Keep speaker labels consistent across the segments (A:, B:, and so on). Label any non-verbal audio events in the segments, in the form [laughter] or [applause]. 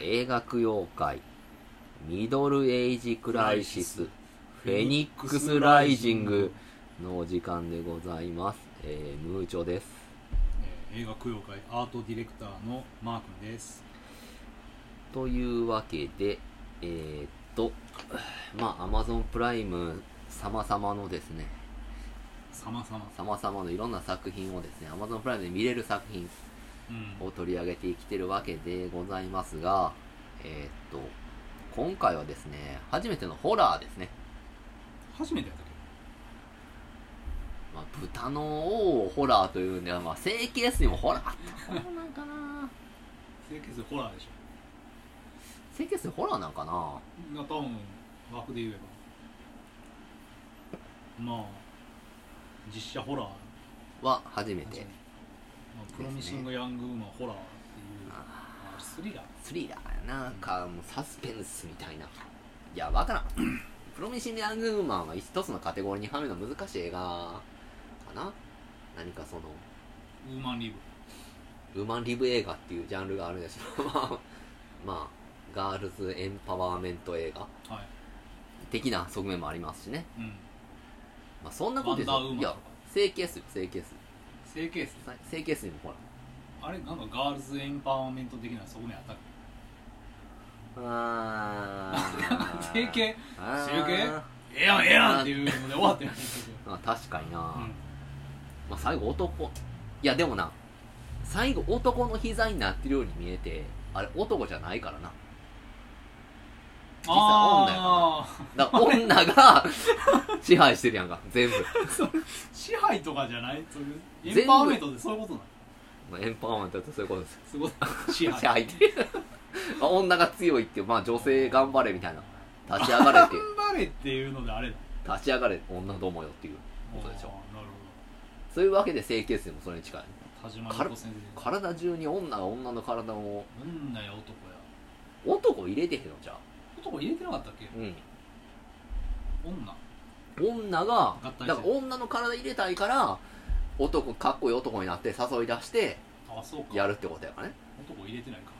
A: 映画妖怪ミドルエイジクライシスフェニックスライジングのお時間でございます、えー、ムーチョです
B: えー映画供養会アートディレクターのマー君です
A: というわけでえー、っとまあアマゾンプライム様々のですね
B: 様々
A: 様々のいろんな作品をですねアマゾンプライムで見れる作品
B: うん
A: を取り上げてきてるわけでございますがえー、っと今回はですね初めてのホラーですね
B: 初めてやったっ
A: まあ、豚の王をホラーというんでは、まあ、整形水もホラーってホラーなんかな
B: け清潔ホラーでし
A: 整形水ホラーなんかな
B: ょな多分枠で言えばまあ実写ホラー
A: は初め
B: 初め
A: て
B: てまあプロミシング・ヤング・ウーマンホラーっていう
A: あ
B: あれスリラー
A: ースリラーやななんかもうサスペンスみたいないやわからんプロミシング・ヤング・ウーマンは一つのカテゴリーにはめるのは難しい映画かな何かその
B: ウーマン・リブ
A: ウーマンリブ映画っていうジャンルがあるんですけどまあ [laughs] まあガールズエンパワーメント映画
B: はい、
A: 的な側面もありますしね、
B: うん、
A: まあ、そんなこ
B: ワ
A: と
B: ンダーウーマン
A: い
B: と
A: や
B: か
A: 整形水整形水
B: 整形です
A: さ整形水もほら
B: あれなんかガールズエンパワーメント的なそこにあったっけ
A: あ
B: [laughs]
A: [laughs]
B: 整形
A: あー
B: 整形ええやんええやんっていうので終わってるんですけど
A: あ確かにな、
B: うん
A: まあ、最後男いやでもな最後男の膝になってるように見えてあれ男じゃないからな実は女や
B: あ
A: だ
B: [laughs]
A: から女が支配してるやんか全部
B: ーそれ支配とかじゃないそうい
A: 全部
B: うエンパワーメントってそういうことなの
A: まあエンパワーメントってそういうことです [laughs]
B: すごい支配
A: 支
B: [laughs]
A: 配ってまあ女が強いっていうまあ女性頑張れみたいな立ち上がれっていう
B: 頑張れっていうのであれだ
A: 立ち上がれ女どもよっていうことでしょ
B: あーなる
A: そういうわけで整形水もそれに近い
B: ほど田島陽子先生
A: 体中に女が女の体を
B: 女や男や
A: 男入れてへんのじゃあ
B: 男入れてなかったっけ
A: うん
B: 女
A: 女が
B: 合体して
A: だから女の体入れたいから男かっこいい男になって誘い出して
B: あそうか
A: やるってことやからね
B: 男入れてないか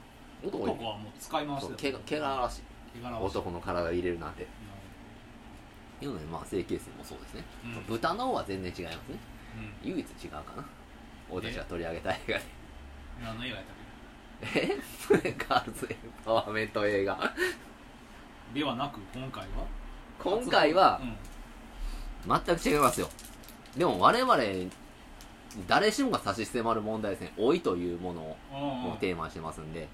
A: 男
B: 男はもう使い回し
A: そう
B: て
A: けがけがらしい
B: 怪我
A: 男
B: な
A: の
B: る
A: 体入れるなんていうのでまあ整形数もそうですね、
B: ほど
A: 豚の方は全然違いますね
B: うんうん
A: 唯一違うかな俺たちが取り上げたい映画で [laughs]
B: 何の映画やったっ
A: えガールズエンパワーメント映画
B: けではなく今回は
A: 今回は
B: うん
A: 全く違いますよでも我々誰しもが差し迫る問題ですね老いというものを
B: うんう
A: を
B: ん
A: テーマにしてますんで、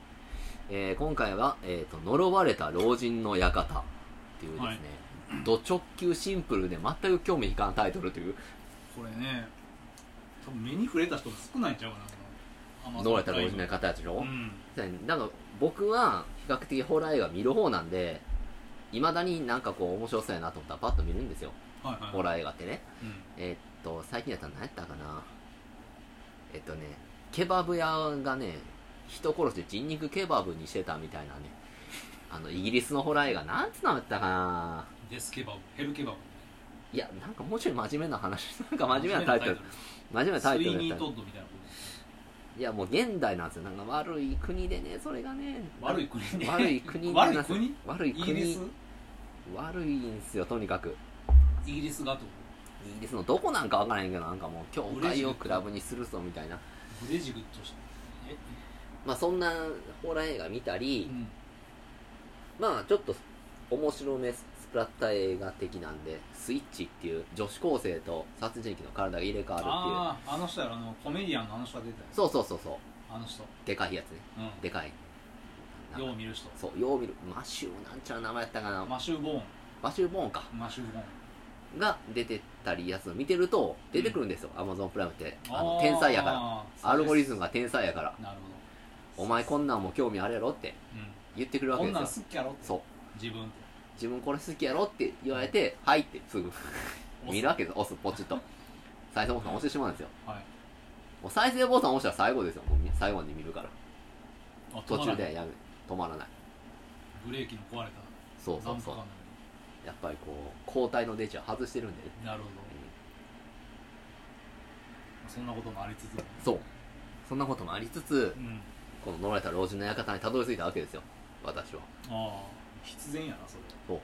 A: えー今回は、えーと「呪われた老人の館」っていうですね、
B: はい
A: ド直球シンプルで全く興味いかんタイトルという
B: これね多分目に触れた人も少ないんちゃうか
A: 「
B: な
A: 呪われた老人の
B: か
A: 館」でし
B: う
A: ょ、
B: ん
A: なんか僕は比較的ホラー映画見る方なんでいまだになんかこう面白そうやなと思ったらパッと見るんですよ、
B: はいはい
A: ホラー映画ってね
B: うん
A: えっと最近やったら何やったかなえっとねケバブ屋がね人殺して人肉ケバブにしてたみたいなねあのイギリスのホラー映画なんつうのやったかな
B: デスケバブヘルケバブ
A: いやなんかもうちょい真面目な話 [laughs] なんか真面目なタイトル真面目なタイ
B: ス
A: ト
B: イ
A: ル
B: ニ
A: や
B: ー
A: っ
B: ト
A: た
B: ッドみたいなこと
A: いやもう現代なんですよなんか悪い国でねそれがね
B: 悪い国ね
A: 悪い国
B: 悪い国
A: 悪い
B: イギリ
A: 国
B: ス
A: 悪いんですよとにかく
B: イギリスがと
A: イギリスのどこなんかわからへんけどなんかもう教会をクラブにするぞみたいな
B: ブレジグッとして
A: まあそんなホラー映画見たり
B: え、うん
A: まあちょっと面白めスプラッター映画的なんで「スイッチ」っていう女子高生と殺人鬼の体が入れ替わるっていう
B: あああの人やろあのコメディアンのあの人が出たやつ
A: そうそうそうそう
B: あの人
A: でかいやつね
B: う
A: でかいなん
B: ん
A: か
B: よう見る人
A: そうよう見るマシューなんちゃう名前やったかな
B: マシュー・ボー
A: マシューボーンか
B: ンマシュー・ボーン
A: が出てたりやつを見てると出てくるんですよ、アマゾンプライムってあの
B: ー
A: 天才やからアルゴリズム
B: ム
A: が天才やから
B: なるほど
A: お前こんなんも興味あるやろって
B: う
A: 言ってくる
B: ん
A: わ
B: こ
A: け
B: んなん
A: で
B: 好
A: すよ
B: きやろ
A: そう
B: 自分って
A: 自分これ好きやろって言われて「はい」ってすぐ見るわけです押すポチッと再生ボタン押してしまうんですよ
B: はい
A: もう再生ボタン押したら最後ですよもうみ最後まで見るから
B: あ
A: 途中
B: 止まらない
A: でやめ止まらない
B: ブレーキの壊れた
A: そうそう
B: なんと
A: そう
B: かなる
A: やっぱりこう交代の出口は外してるんでね、
B: なるほどそんなこともありつつも
A: そうそんなこともありつつ
B: うん
A: この呪われた老人の館にたどり着いたわけですよ私は
B: ああ必然やなそれ
A: そう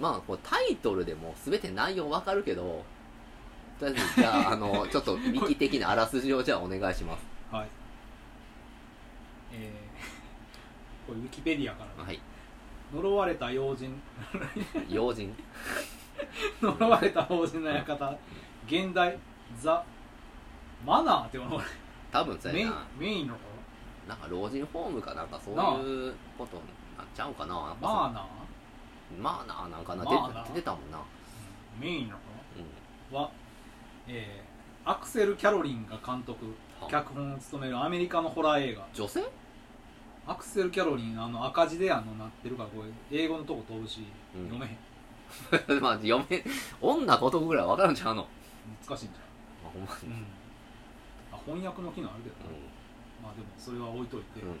A: まあこうタイトルでも全て内容わかるけどとりあえずじゃああの
B: [laughs]
A: ちょっとミキ的なあらすじをじゃあお願いします
B: はいえー、こ [laughs] れウィキペディアからね、
A: はい
B: 呪われた要人 [laughs]
A: 要人
B: 呪われた法人の館現代ザ・マナーってもの
A: 多分そう
B: メイ
A: や
B: ン
A: な
B: メインのこ
A: なんか老人ホームかなんかそういうことになっちゃうかななんか
B: と
A: そう
B: マーナー
A: まあなあなんかな出
B: まあな
A: て出てたもんな、
B: メインのこ
A: う
B: とは、えー、アクセル・キャロリンが監督
A: ん、は
B: 脚本を務めるアメリカのホラー映画
A: 女性 [laughs]
B: アクセル・キャロリンあの赤字であのなってるからこれ英語のとこ飛ぶし、
A: うん
B: 読めへん
A: まあ嫁女ごとくぐらい分かるんちゃうの、ま
B: 難しいんじ
A: あ、ほんま
B: ゃん、
A: に、
B: あ翻訳の機能あるけどな、まあでもそれは置いといて、
A: うん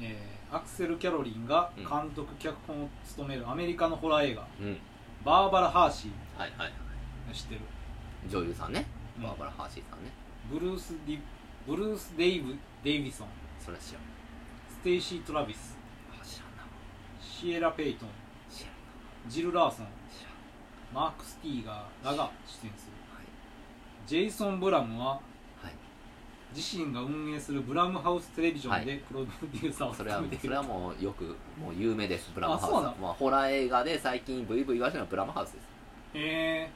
B: えーアクセル・キャロリンが
A: うん
B: 監督、脚本を務めるアメリカのホラー映画
A: うん、うん、
B: 「バーバラ・ハーシー
A: はいはいはい」
B: 知ってる
A: 女優さんね
B: うん
A: バーバラ・ハーシーさんね
B: ブルース・ディブルースデイブ・デイビソン
A: それは知らん
B: ステイシー・トラビス
A: あ知らんな
B: シエラ・ペイトン
A: 知らん
B: ジル・ラーソン
A: な知らん
B: マーク・スティーガーらが出演する
A: はい
B: ジェイソン・ブラムは
A: はい
B: 自身が運営するブラムハウステレビジョンでプロデューサーを
A: それは
B: 務めて
A: そ
B: い
A: れ
B: る
A: はもうよくもう有名ですブラムハウス
B: あそうなの
A: まあ、ホラー映画で最近ブイブイ言わせるのはブラムハウスです
B: え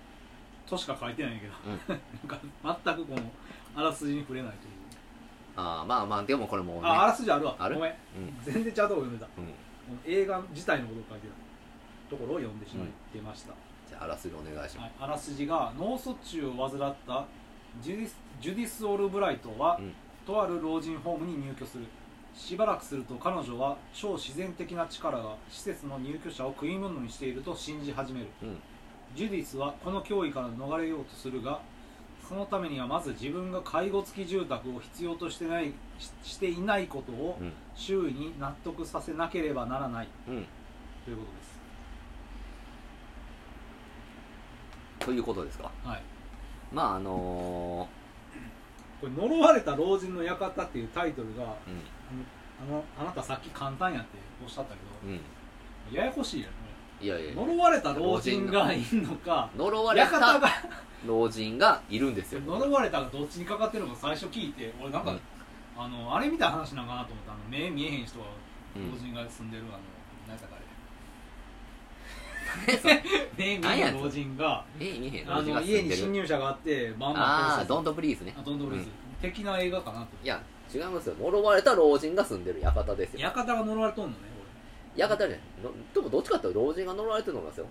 B: ー、としか書いてないんやけど、なんか全くこのあらすじに触れないという
A: あーまあまあでもこれもうね
B: ああらすじあるわ
A: ある
B: ごめん
A: うん
B: 全然ちゃんとこ読んでた
A: うん
B: この映画自体のことを書いてたところを読んでしまってました、
A: じゃああらすじお願いしま
B: はい、あらすじが脳卒中を患ったジュディスジュディス・オールブライトは、
A: うん
B: とある老人ホームに入居するしばらくすると彼女は超自然的な力が施設の入居者を食い物にしていると信じ始める
A: すうん
B: ジュディスはこの脅威から逃れようとするがそのためにはまず自分が介護付き住宅を必要としてないししていないことを
A: うん
B: 周囲に納得させなければならない
A: うん
B: ということです
A: ということですか
B: はい
A: まああの
B: これ「呪われた老人の館」っていうタイトルが
A: ーう
B: あのあなたさっき簡単やっておっしゃったけ
A: んうん
B: どややこしいよね
A: いやいや
B: 呪われた老人がいんのか
A: 呪われ
B: 館
A: た
B: が
A: 老人がいるんですよ
B: 呪われたがどっちにかかってるのか最初聞いて俺なんか、
A: うん
B: あのあれみたいな話なんかなと思ったあの目見えへん人が
A: う
B: 老
A: ん
B: 人が住んでるあの何やった
A: えそ [laughs]
B: かあれ目見
A: 何や
B: え
A: そ
B: ん
A: れ
B: 老人が
A: え見えへん
B: あ
A: 老人
B: の
A: が住
B: 家
A: ん
B: に
A: で
B: 侵
A: る
B: 入者があってまんま
A: ああ
B: 殺
A: ドントブリーズね
B: すあドンドブリーズ
A: うん
B: 的な映画かなと思っ
A: い
B: て
A: や違いますよ呪われた老人が住んでる館ですよ
B: 館が呪われとんのね
A: 館じゃないのでもどっちかっていうと老人が呪われてると思いますよ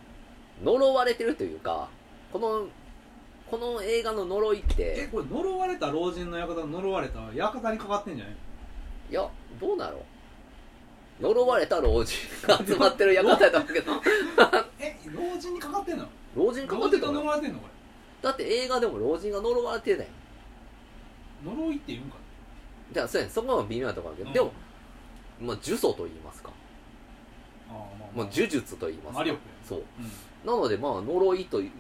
A: 呪われてるというかこのこの映画の呪いっ
B: 俺え
A: て
B: これ呪われた老人の館呪われた館にかかってんじゃない
A: いやどうなの呪われた老人が集まってる館やと思うけど
B: え老人にかかってんの
A: 老人かか
B: 老
A: ってた
B: 人が
A: の
B: 呪われてんのこ
A: だって映画でも老人が呪われてない
B: れ呪いって言うんか
A: じゃあそうやねそこは微妙なところだけど、
B: な
A: でも、まあ、呪詛と言いますか
B: ああまあ
A: まあ、呪術と言います
B: 魔
A: か
B: 力や
A: そう
B: うん
A: なのでまあ呪いという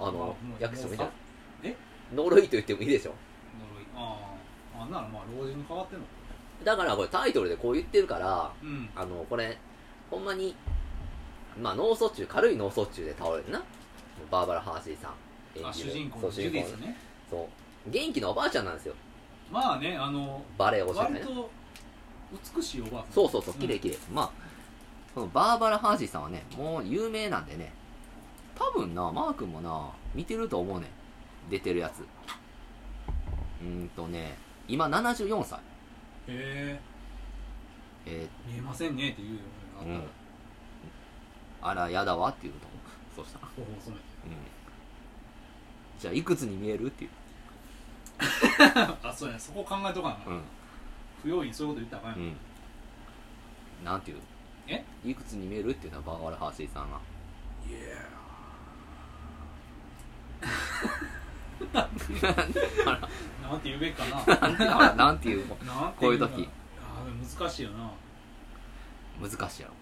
A: あ
B: まあも
A: の
B: う
A: 訳してもいいじゃん
B: もうさえ
A: 呪いと言ってもいいでしょ
B: 呪いあああならまあ老人にかかってんの
A: だからこれタイトルでこう言ってるから
B: うん
A: あのこれほんまにまあ脳卒中軽い脳卒中で倒れるなバーバラ・ハーシーさん
B: あ
A: 演じ
B: 主
A: る
B: 人公
A: そ
B: の
A: う
B: ジ
A: 主
B: ュ
A: 人
B: ディ
A: 公
B: ス
A: の
B: ね
A: そう元気なおばあちゃんなんですよ
B: まあねあの
A: バレエを教えて
B: 割
A: ね
B: と美しいおばあさん
A: そうそうそう、
B: うん
A: 綺麗綺麗。まあ、そのバーバラ・ハーシーさんはね、もう有名なんでね、多分な、マー君もな、見てると思うねん。出てるやつ。うーんとね、今74歳。
B: へえ
A: え
B: 見えませんねって言うよ
A: ー、
B: あっ
A: う
B: たら
A: ん。あら、やだわって言うと思う。そうしたら。
B: 頬を染め
A: うん。じゃあ、いくつに見えるっていう。
B: て [laughs] あそうやそこ考えとか
A: う。
B: なん不用意にそういうこと言ったらあか
A: うん
B: や
A: ん。なんていう
B: え
A: いくつに見えるっていうのはバーバラ・ハーシーさんが。
B: い
A: [laughs]
B: やーなんて言うべ
A: [laughs]
B: きかな
A: なんていうの
B: なんて
A: こう
B: 言
A: いう
B: うの
A: 時
B: あーでも難しいよな
A: 難しいやろ。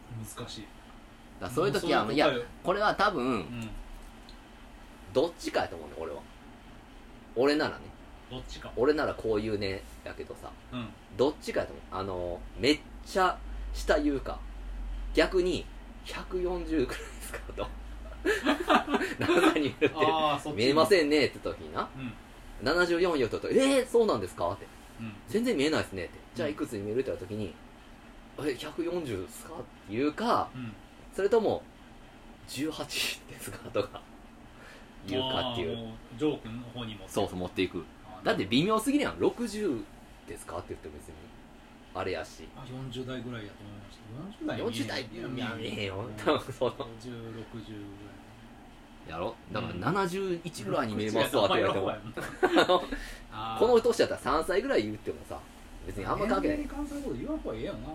B: 難しい
A: だからそういう時は、
B: も
A: い
B: うそ
A: や
B: ううことよ、
A: これは多
B: う
A: 分、
B: ん
A: どっちかやと思うね、俺は。俺ならね、
B: どっちか
A: 俺ならこういうね、やけどさ、 [laughs]
B: うん
A: どっちかやと思う。あの、めっちゃ下言うか、逆に140くらいですかと [laughs] 長さに言って
B: ああそっち
A: 見えませんねって時にな
B: うん
A: 74よって言うと「えー、そうなんですか?」って
B: うん
A: 「全然見えないですね」って「じゃあいくつに見える?」って言った時に「え140ですか?」っていうか
B: うん
A: それとも18ですかとか言うかってい
B: あ
A: う
B: ーもジョー君の方にも
A: そうそう持っていく
B: あー
A: だって微妙すぎるやん60ですかって言っても別にあれやし
B: あ40代ぐらいやと思いまし
A: 40
B: た40代
A: 代って
B: 見
A: や
B: え
A: めえよ
B: うん
A: 多分その
B: 5060ぐ
A: やろだか
B: うん
A: ら71ぐ
B: ら
A: ら
B: い
A: いに見えますわって言われてもあ [laughs] のこの年だったら3歳ぐらい言ってもさ別にあんま関係な
B: 年齢に
A: い
B: 関すること言わん方がええよな、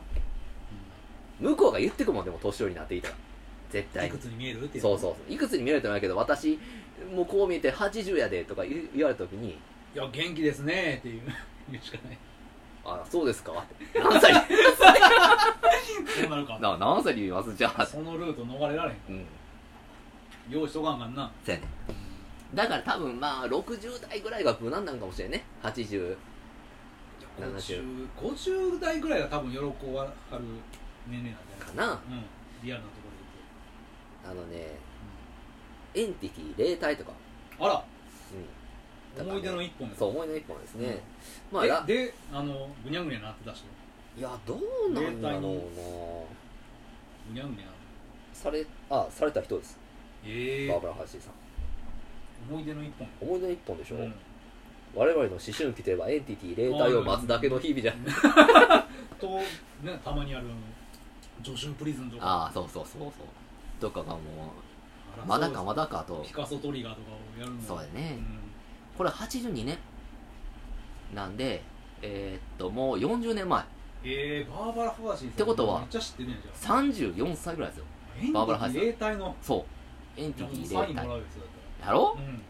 A: 向こうが言ってくもんでも年寄りになっていたら絶
B: うん、い
A: 対
B: く
A: に
B: つに見えるってい
A: そうそうそういくつに見えるとないけど私もうこう見えて80やでとか言言われた時に
B: いや元気ですねっていう言うしかない
A: 「あそうですか?」って「何歳に
B: そうなるか
A: な何歳に言いますじゃあ
B: そのルート逃れられへん」
A: うん
B: 用意しとかんかんな、
A: そうやねだから多分まあ60代ぐらいが無難なんかもしれんね80
B: うん、
A: 70
B: 50, 50代ぐらいが多分喜ばはる年齢なんじゃない
A: かな
B: うんリアルなところで
A: あのね
B: 言
A: エンティティ霊体とか、
B: うと、あ
A: う
B: ら
A: だから
B: 思い出の一本や
A: ん、そう思いの一本ですね、まあ
B: え
A: ら
B: であのぐにゃぐにゃなってたし
A: いやどうなんだろう
B: 霊
A: な
B: ぐにゃぐにゃな
A: されあされた人です
B: ええ
A: バーブラ・ハッシーさん
B: 思い出の一本
A: 思い出の一本でしょ、
B: うん
A: 我々の思春期といえばエンティティ霊体を待つだけの日々じゃん
B: と、ね、たまにあるあのジョシュンプリズンとか
A: ああそうそうそうそうとかがも
B: あら
A: うまだ
B: そ
A: か
B: う
A: まだかと
B: ピカソトリガーとかをやるの
A: そうやね
B: ん
A: これ82年なんでえーっともう40年前
B: えー、バーバラ・フガシーさん
A: ってことは
B: めっちゃ知ってるやんじゃ
A: 34歳ぐらいですよ
B: ん
A: バーバラハッシー
B: 霊体の
A: そうエンティティ
B: サ
A: 霊
B: インもら
A: 体
B: うやつだった
A: やろ
B: らうん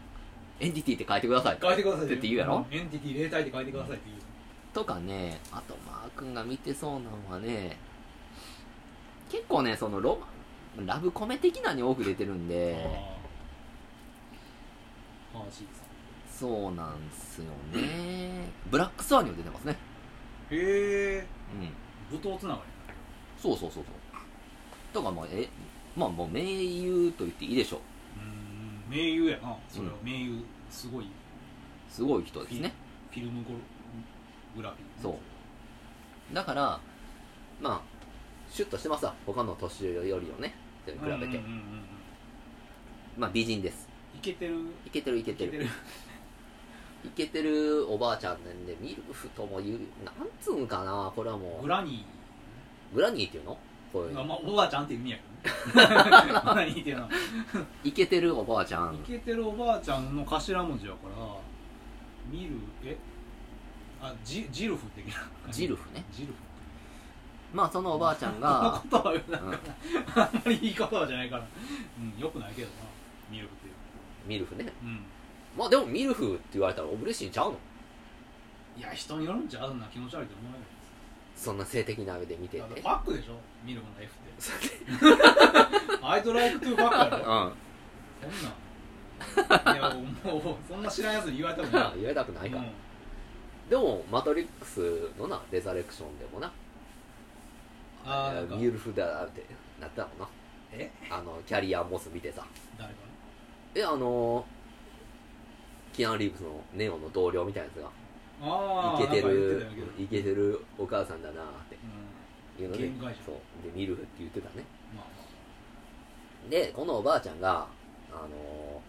A: エンティティって書いてください
B: 書いてください
A: って言うやろ
B: んエンティティ霊体って書いてくださいって言う
A: とかねあとマー君が見てそうなのはね結構ねそのロマンラブコメ的なに多く出てるんで
B: あーハーシーさん
A: そうなんすよねブラックスワンにも出てますね
B: へえ
A: うん
B: 武闘つなが
A: そうそうそうそうとかまあえまあもう名優と言っていいでしょう
B: りうん名優やなそれは
A: う
B: 名優すごい
A: すごい人ですね
B: フィルムゴルグラフィー
A: そうだからまあシュッとしてますわ他の年寄りよりをね比べて、
B: うんうんうんうん
A: まあ美人です
B: いけてる
A: いけてるいけ
B: い
A: て
B: けて
A: る
B: る
A: いけてるおばあちゃんなんでミルフとも言うなんつうんかなこれはもう
B: グラニ
A: グラニーっていうのこうい
B: ー
A: う
B: ま
A: の
B: あおばあちゃんって意味や
A: [laughs]
B: けどねグラニーっていうのは
A: イケてるおばあちゃ
B: イ
A: ん
B: ケてるおばあちゃんの頭文字やからミルえあジジルフ的な
A: ジルフね
B: ジルフ、
A: まあそのおばあちゃんが
B: [laughs] 言葉は
A: うん
B: あんまり言い方はじゃないからうんよくないけどなミルフっていう
A: ミルフね
B: うん
A: まあでもミルフって言われたら嬉しいんちゃうの
B: いや人によるんちゃうそんな気持ち悪いと思わない
A: そんな性的な目で見て
B: だって
A: て
B: パックでしょミルフの F [laughs] ってアイドライクトゥーパックやろ
A: うん
B: そんなんいやもうもうそんな知らんやつに言われたくない
A: [laughs] 言われたくないから、
B: うん
A: でも「マトリックス」のな「レザレクション」でもな
B: あーなんか
A: ミュールフだってなったもんな
B: え
A: あのキャリアモス見てさ
B: 誰かな
A: えあのーキアン・リーブスのネオの同僚みたいなやつが
B: ああ
A: イケてる
B: なんか言ってたんやけど
A: イケてるお母さんだなって
B: うん
A: いうの
B: ゲ
A: で
B: ーム会社
A: そうでミルフって言ってたね
B: まあ
A: でこのおばあちゃんがあの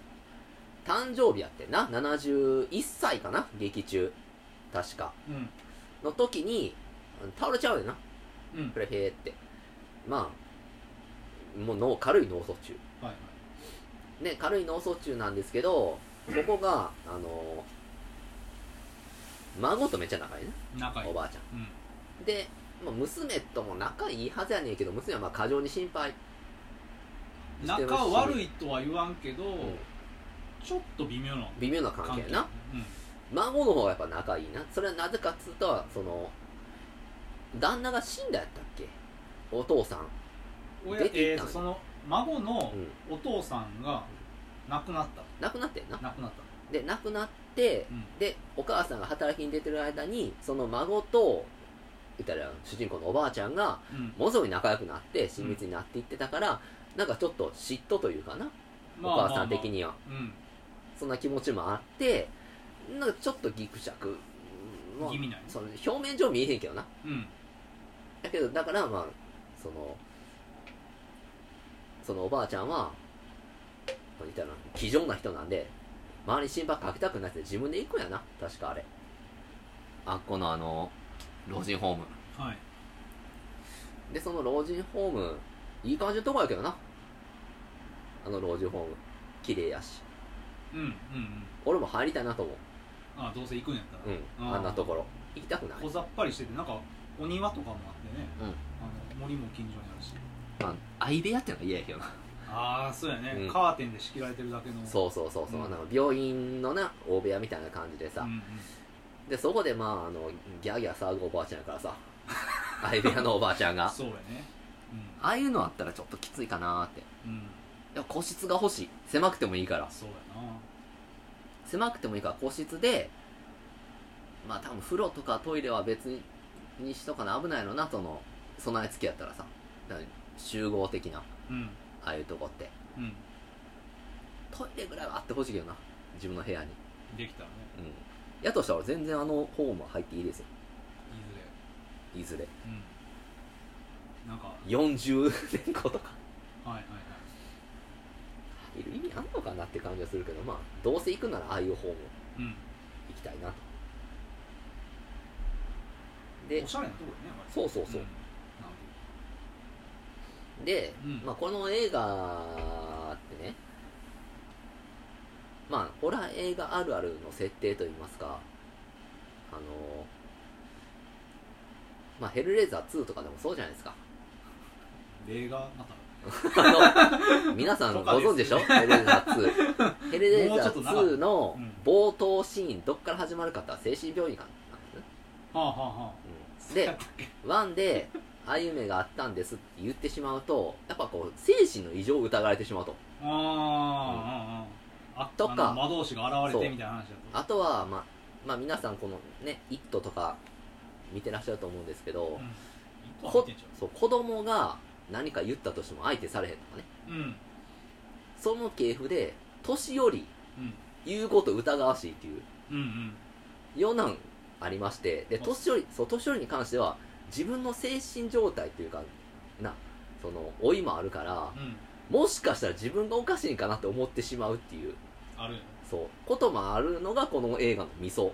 A: ー誕生日やってんな71歳かな劇中確か
B: まあ
A: の時に倒れちゃうよな
B: うんうん
A: プレフェってまあもう脳軽い脳卒中
B: はいはい
A: ね軽い脳卒中なんですけどここがあの孫とめっちゃ仲いいね、
B: 仲いい
A: おばあちゃ
B: うん
A: んで、まあ、娘とも仲いいはずやねんけど娘はまあ過剰に心配してるし
B: 仲悪いとは言わんけど、
A: うん
B: ちょっと微妙な
A: 微妙な関
B: 関
A: 係
B: 係
A: やな
B: うん
A: 孫の方がやっぱ仲いいなそれはなぜかっつうとその旦那が死んだやったっけお父さん
B: 親
A: 出て
B: え
A: い
B: ー
A: ったの
B: とその孫の
A: うん
B: お父さんが亡くなった
A: 亡くなってんな
B: 亡くなっ
A: で亡くなって
B: た、うん
A: でお母さんが働きに出てる間にその孫と言ったら主人公のおばあちゃんが
B: うん
A: ものすごい仲良くなって親密になっていってたから、なんかちょっと嫉妬というかな、
B: まあ
A: お母さん的
B: まあ
A: には
B: まあうん
A: そんな気持ちもあってなんかちょっとギクシャク、まあ
B: 気味ない
A: その表面上見えへんけどな
B: うん
A: だけどだからまあそのそのおばあちゃんは言ったら気丈な人なんで周りに心配かけたくないって自分で行くんやな確かあれあっこのあの老人ホーム
B: はい
A: でその老人ホームいい感じのとこやけどなあの老人ホーム綺麗やし
B: うんうんうん
A: 俺も入りたいなと思
B: あどうせ行くんやった
A: う
B: ら、
A: うんあんなところ行きたくない
B: 小ざっぱりしててなんかお庭とかもあってね、
A: うん
B: あの森も近所にあるし
A: まあ相部屋ってのが嫌やけどな
B: ああそうやね、
A: うん
B: カーテンで仕切られてるだけの
A: [laughs]
B: う
A: そうそうそうそう、
B: うん
A: なんか病院のな大部屋みたいな感じでさ、
B: んうん
A: でそこでまああのギャーギャー騒ぐおばあちゃんやから [laughs] さ相部屋のおばあちゃんが
B: そうやね
A: ああいうのあったらちょっときついかなーって
B: うん、うん、
A: でも個室が欲しい狭くてもいいから
B: そうやな
A: 狭くてもいいから個室でまあ多分風呂とかトイレは別ににしとかな危ないのなその備え付きやったらさだから集合的な
B: うん
A: ああいうとこって
B: うん
A: トイレぐらいはあってほしいけどな自分の部屋に
B: できたらね
A: うんやとしたら全然あのホーム入っていいですよ
B: いずれ
A: いずれ
B: うんなんかはい
A: 40年後とか
B: はいはい
A: いる意味あんのかなって感じはするけどまあどうせ行くならああいう方も
B: うん
A: 行きたいなとで
B: おしゃれなとこやね
A: そうそうそう
B: うん、なる
A: で、
B: うん
A: まあ、この映画ってねまあホラー映画あるあるの設定といいますかあのまあヘルレーザー2とかでもそうじゃないですか [laughs]
B: ほど例がまた
A: あの皆さんご
B: とかですね
A: 存知でしょヘルレーザー2ヘルレー
B: [laughs] もうち
A: ザ
B: ょっと
A: ー
B: 長い
A: 2の
B: うん
A: 冒頭シーンどっから始まるかって言ったら精神病院かなんですね
B: はあはあは
A: うん
B: あ
A: でワンで「ああいう目があったんです」って言ってしまうとやっぱこう精神の異常を疑われてしまうと
B: あーあー、あーあ
A: とか
B: あの魔導士が現れてみたいな話だと
A: あとは、まあ、まあ皆さんこのね「イット!」とか見てらっしゃると思うんですけど、
B: うん一本入っ
A: こ
B: てんじゃ
A: そう子供が何か言ったとしても相手されへんとかね
B: んうん
A: その系譜で年より
B: うん
A: 言うこと疑わしいっていう
B: うんうん
A: 4男ありましてで
B: あ
A: 年寄りそう年寄りに関しては自分の精神状態っていうかなその老いもあるから
B: うん
A: もしかしたら自分がおかしいんかなって思ってしまうっていう
B: あるよ
A: そうこともあるのがこの映画のミソ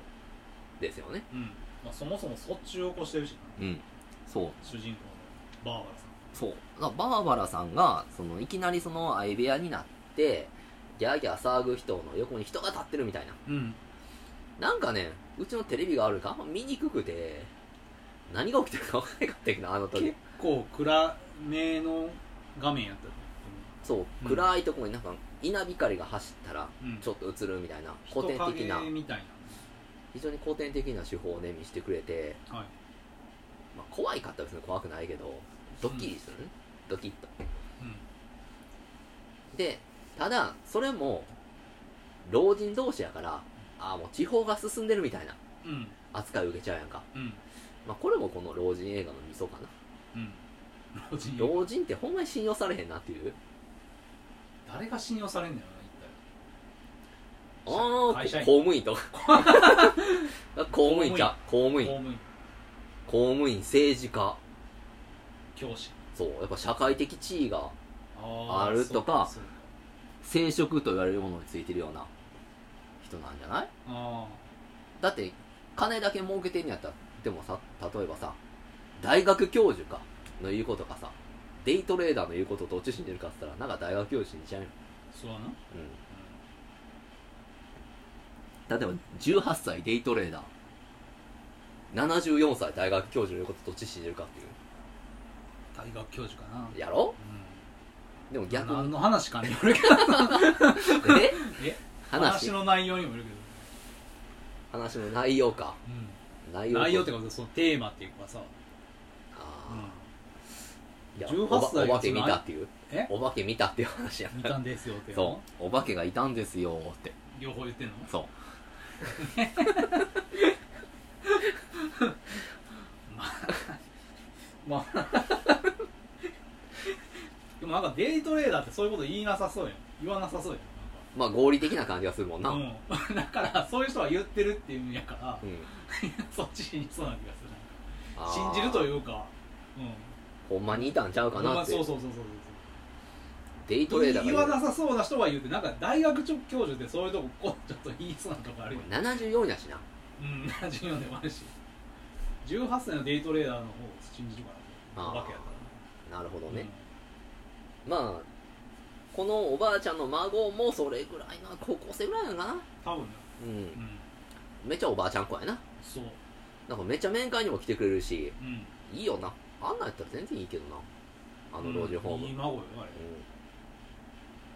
A: ですよね
B: うんまあそもそもそっちを起こしてるしな
A: うんそう
B: 主人公のバーバラさん
A: そうだからバーバラさんがそのいきなりその相部屋になってギャーギャー騒ぐ人の横に人が立ってるみたいな
B: うん
A: なんかねうちのテレビがあるからあんま見にくくて何が起きてるか分からなかったけどあの時
B: 結構暗めの画面やったと
A: そう、
B: うん
A: 暗いところになんか稲光が走ったら
B: 思う、うん、
A: ちょっと映るみたいな古典的な
B: 人影みたい
A: 非常に古典的な手法をね見せてくれて、
B: なはい
A: まあ、怖いかったら別に怖くないけどドッキリするね、ドキッとでただそれも老人同士やからああもう地方が進んでるみたいな
B: うんうん
A: 扱い受けちゃうやんか、
B: うん
A: まあ、これもこの老人映画のミソかな
B: うん老人
A: 老人ってほんまに信用されへんなっていう
B: 誰が信用されんだよな一体
A: ああ
B: 会社員
A: 公務
B: [laughs]
A: 員とか公務員じゃう公務
B: 公
A: 員
B: 務員
A: 公務員政治家
B: 教師
A: そうやっぱ社会的地位が
B: あー
A: あるとか
B: そうそう
A: 生殖と言われるものについてるような人なんじゃない
B: あ
A: だって金だけ儲けてんやったらでもさ例えばさ大学教授かの言うことかさデイトレーダーの言うことどっち信じるかっつったらなんか大学教授にしちゃうよ、
B: あそうやな、うん
A: うん、例えば18歳デイトレーダー74歳大学教授の言うことどっち信じるかっていう
B: 大学教授かな
A: やろ
B: うん
A: でも逆
B: 何
A: に
B: の話かによるけ
A: [laughs]
B: ど
A: え
B: え話
A: 話
B: の内容にもよるけど、
A: 話の内容か内容
B: 内容ってことはそのテーマっていうかさ、う
A: あ
B: ん
A: あいや
B: 18
A: おば
B: 歳
A: お化け見たっていう
B: え
A: お化け見たっていう話や
B: 見たんですよって
A: そうお化けがいたんですよって
B: 両方言ってんの
A: そう
B: まあまあ [laughs] でもなんかデイトレーダーってそういうこと言いなさそうやん言わなさそうやん
A: まあ合理的な感じがするもんな、うん
B: なん [laughs] か、うん、だからそういう人は言ってるっていうんやから [laughs] そっちにそうな気が
A: あー
B: する信じるというかうん
A: ほんまにいたんちゃうかなって
B: そうそうそうそうそう
A: デイ
B: そ
A: ト
B: う
A: レーダー
B: 言わ
A: が
B: なさそうな人は言うてなんか大学教授ってそういうとここうちょっと言いそうなとこあるよね
A: 74やしな
B: うん74でもあるし18歳のデイトレーダーの方を信じるかな
A: あー
B: お化けやから
A: なるほど
B: ね
A: ね、まあこのおばあちゃんの孫もそれぐらいな高校生ぐらいなのかな
B: 多分ね
A: うん
B: うん
A: めちゃおばあちゃん子やな
B: そう
A: なんかめちゃ面会にも来てくれるし
B: うん
A: いいよなあんなんやったら全然いいけどなあの老人ホーム、う
B: う
A: ん
B: いい
A: ん
B: 孫よあれ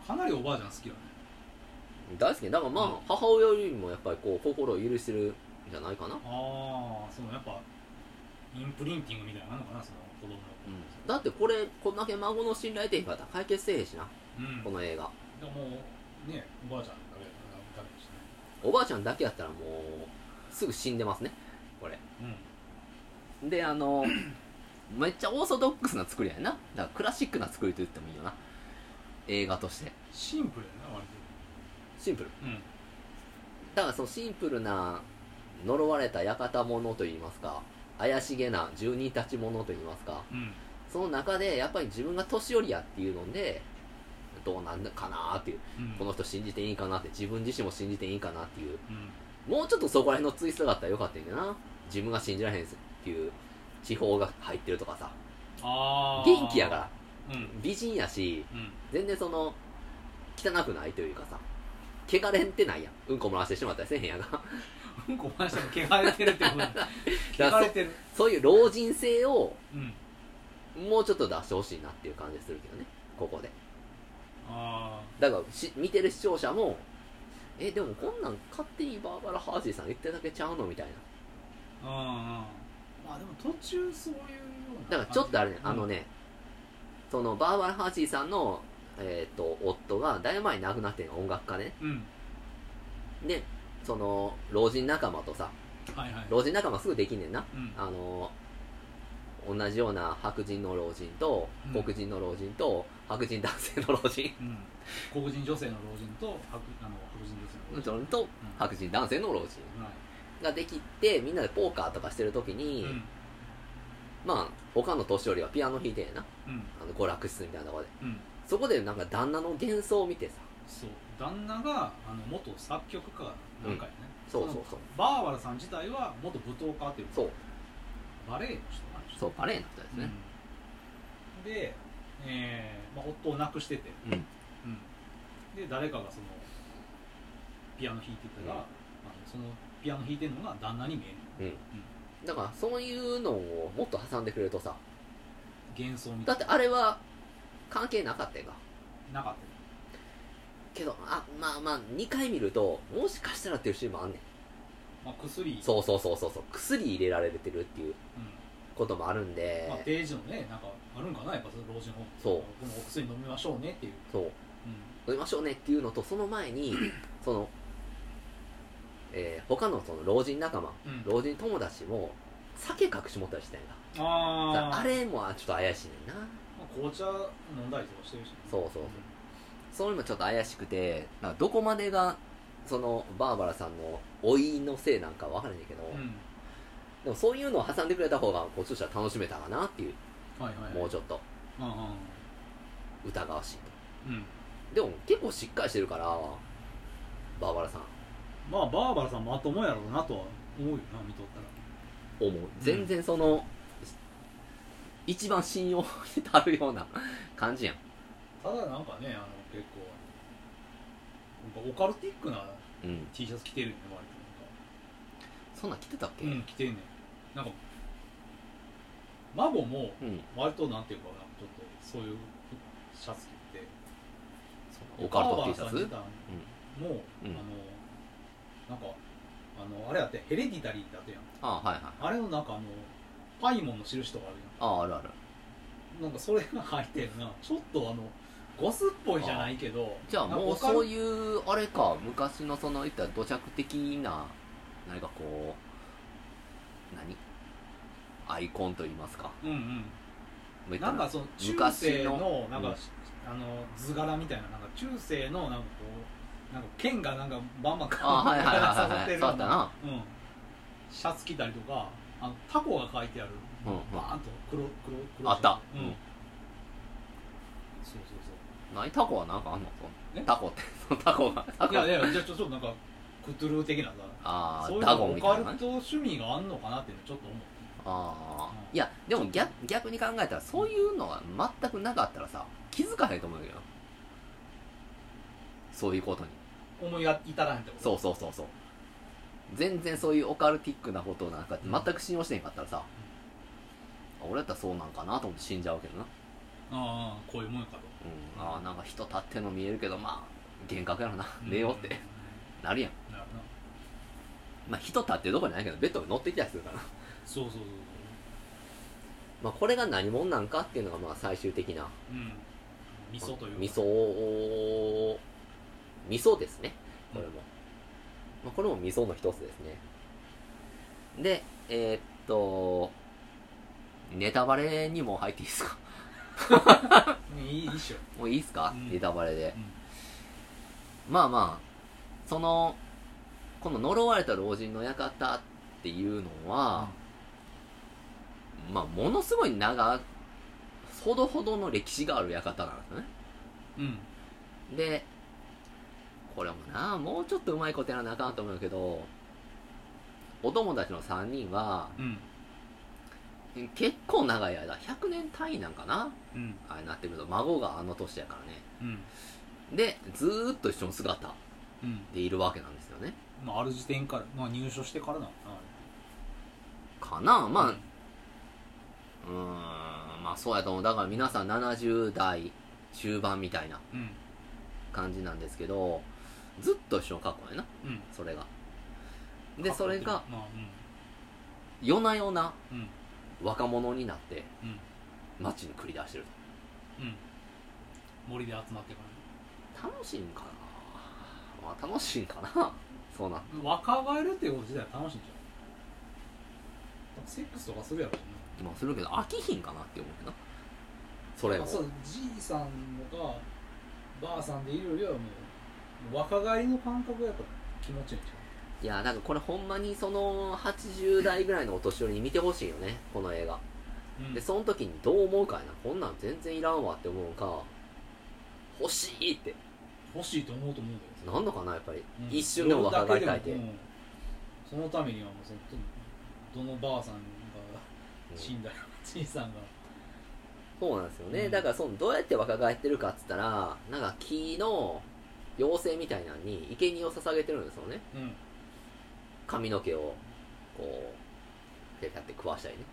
B: かなりおばあちゃん好きよね
A: 大好きだからまあ、
B: うん
A: 母親よりもやっぱりこう心を許してるんじゃないかな、
B: ああそのやっぱインプリンティングみたいなのあんのかなその子供の
A: うん、だってこれこんだけ孫の信頼点が高い決せえへんしな
B: うん
A: この映画
B: でももうねおばあちゃんだけだからダメですね
A: おばあちゃんだけやったらもうすぐ死んでますねこれ
B: うん
A: であのめっちゃオーソドックスな作りやなだからクラシックな作りと言ってもいいよな映画として
B: シンプルやな割
A: シンプル
B: とうん
A: だからそのシンプルな呪われた館物といいますか怪しげな住人たち物といいますか
B: うん
A: その中でやっぱり自分が年寄りやっていうのでどうなんかなーっていう
B: うん
A: この人信じていいかなって自分自身も信じていいかなっていう
B: うん
A: もうちょっとそこら辺のツイストがあったらよかったんやけどな自分が信じられへんっていう地方が入ってるとかさ
B: ああ
A: 元気やから
B: うん
A: 美人やし
B: うん [laughs]
A: 全然その汚くないというかさ汚れんってないやんうんこ漏らしてしまったりせえへんやんか
B: うんこ漏らしても汚れてるってこと
A: [laughs]
B: だ
A: だ
B: [laughs] 汚
A: から
B: れ
A: そ
B: てる
A: そういう老人性を
B: うん
A: もうちょっと出してほしいなっていう感じするけどねここで
B: あ
A: だからし見てる視聴者もえでもこんなん勝手にバーバラ・ハージーさん言ってるだけちゃうのみたいな
B: あうんうんまあでも途中そういうような
A: だからちょっとあれね、
B: うん
A: あのね、そのバーバラ・ハーシーさんの、えー、と夫がだいぶ前に亡くなってん音楽家ね。
B: うん
A: で、その老人仲間とさ、
B: はいはい
A: 老人仲間すぐできんねんな。
B: うん
A: あの、同じような白人の老人と
B: うん
A: 黒人の老人と白人男性の老人、
B: うん黒人女性の老人と白あの白人女性の老人、
A: それと白人男性の老人
B: はい
A: ができて、みんなでポーカーとかしてる時に、
B: うん
A: まあ、他の年寄りはピアノ弾いてんやな。
B: うん
A: あの娯楽室みたいなとこで。
B: うん
A: そこでなんか旦那の幻想を見てさ、
B: そう旦那があの元作曲家なんかやね、
A: そうそうそう。
B: バーバラさん自体は元舞踏家っていうか
A: そう、
B: バレエの人なんでしょ
A: そう、バレエの人ですね。
B: うんで、えーまあ、夫を亡くしてて、
A: うん。
B: うんで誰かがそのピアノ弾いてたら、
A: うん
B: あのそのピアノ弾いてるのが旦那に見える
A: だから、そういうのをもっと挟んでくれるとさ、
B: 幻想みた
A: だ
B: い
A: ってあれは関係なかったやんか。
B: ななかっ
A: けど、あ、まあまあ、2回見ると、もしかしたらっていうシーンもあんね
B: た、まあ、薬
A: ん。そうそうそうそうそう、薬入れられてるっていう
B: うん
A: こともあるんで
B: まあ、、定時のね、なんかあるんかな、やっぱその老人ホーム
A: そう
B: このお薬飲みましょうねっていう、
A: そう、
B: う
A: 飲みましょうねっていうのと、その前 [coughs] に、その、えー他のその老人仲間、
B: んうん、
A: 老人友達も、酒隠し持ったりしてんやんか。だか
B: あ
A: ら
B: ー
A: あれもちょっと怪しいねんな。
B: まあ、紅茶飲んだりとかしてるし、ね、
A: そうそうそうそういうのちょっと怪しくてなんかどこまでがそのバーバラさんの老いのせいなんかわからないけど、
B: うん、うん
A: でもそういうのを挟んでくれた方がこっちとしては楽しめたかなっていう、
B: はいはいはい、
A: もうちょっと
B: うんうん
A: 疑わしい
B: うん、うん
A: とでも結構しっかりしてるからバーバラさん
B: まあ、バーバラさんまともやろうなとは思うよな、見とったら。
A: 思う全然その、一番信用に足るような [laughs] 感じやん
B: ただなんかね、あの結構、なんかオカルティックな
A: うん
B: T シャツ着てるよね、割と
A: そんなん来てたっけ
B: なんか。うん、着てんねん。なんか、孫も
A: うん
B: 割となんていうか、なんかちょっとそういうシャツ着て、
A: オカルト T シャツ
B: バーバラさん自体も、
A: うん
B: あの、なんか、あの、あれやって、ヘレディタリーだってやん。
A: ああはいはい
B: あれのなんかあの、パイモンの印とかあるやん。
A: あああるある
B: なんかそれが入ってるなちょっとあのゴスっぽいじゃないけど
A: じゃあもう
B: なんか
A: そう
B: オ
A: いうあれか昔のその言ったら土着的な何かこう何アイコンといいますか
B: うんうん
A: もう言った
B: な
A: ら
B: んかその中世のなんか、あの図柄みたいななんか中世のなんかこうなんか剣がなんかバンバン
A: あはいはいはい
B: [laughs] 刺さ
A: は
B: っ
A: い
B: てるよう
A: そうだったな
B: うん、シャツ着たりとかあのタコが書いてある、
A: うんうん
B: バーンと黒黒黒
A: あった
B: うん、
A: うん
B: そうそうそ
A: 何タコはなんかあんの
B: え
A: タコってそのタコがタ
B: う
A: コ
B: いやいやじゃあちょっとなんかクトゥルー的なさ
A: あ
B: そうい
A: あ
B: う
A: ダゴンみ
B: オカ
A: たい
B: ル
A: なね
B: ト趣味があんのかなっていうのちょっと思う
A: ああ
B: うん
A: いやでも逆逆に考えたらそういうのが全くなかったらさ気づかへんと思うんだけどそういうことに
B: 思いが至らへんってこと
A: そうそうそうそう全然そういうオカルティックなことなんか全く信用してへんかったらさ、俺だったらそうなんかなと思って死んじゃうけどな、
B: ああこういうもんやかと
A: うん、ああなんか人立ってんの見えるけどまあ幻覚やろな寝ようって、
B: う
A: なるやん
B: んなるな
A: まあ人立ってるとこじゃないけどベッドに乗ってきたりするからな、
B: そうそうそうそう
A: まあ、これが何者なんかっていうのがまあ最終的な
B: うん味噌というか
A: 味噌を味噌ですねこれも、まあ、これも味噌の一つですねでえーっとネタバレにも入っていいですか [laughs]
B: いいいいっしょ
A: もういいですか、
B: うん
A: ネタバレで
B: うん
A: まあまあそのこの呪われた老人の館っていうのは、まあものすごい長ほどほどの歴史がある館なんですね
B: うん
A: でこれもなもうちょっとうまいことやらなあかんと思うんやけどお友達の3人は
B: うん
A: 結構長い間100年単位なんかな
B: うん
A: あれなってくると孫があの年やからね
B: うん
A: でずーっと一緒の姿
B: うん
A: でいるわけなんですよね
B: まあある時点からまあ入所してからなのかな
A: かな
B: あれ
A: まあうーんまあそうやと思うだから皆さん70代中盤みたいな
B: うん
A: 感じなんですけどずっと一緒の格好やな
B: うん
A: それが
B: うん
A: でそれが
B: まあ
A: 夜な夜な
B: うんうん
A: 若者になって
B: うん
A: 街に繰り出してる
B: うん森で集まってから
A: 楽しいんかな、まあ、楽しいんかな [laughs] そうなん
B: 若返るっていうこと自体は楽しいんじゃうセックスとかするやろしな
A: まあするけど飽きひんかなって思うけどなそれ
B: ま
A: も
B: あそうじいさんとかばあさんでいるよりはもう若返りの感覚やから気持ちいいんち
A: いやだからこれほんまにその80代ぐらいのお年寄りに見てほしいよねこの映画
B: ゃう、
A: でその時にどう思うかやなこんなん全然いらんわって思うか欲しいって
B: 欲しいと思うと思うんだよ
A: なんのかなやっぱり、
B: うん
A: 一瞬でも若返りたいって、
B: どれだけでもうんそのためにはもうそのどのばあさんが
A: うん
B: 死んだら、じいさんが
A: そうなんですよね、
B: うん
A: だからそのどうやって若返ってるかっつったらなんか木の妖精みたいなのに生贄を捧げてるんですよね
B: うんうん
A: 髪の毛をこうペタって食わしたりね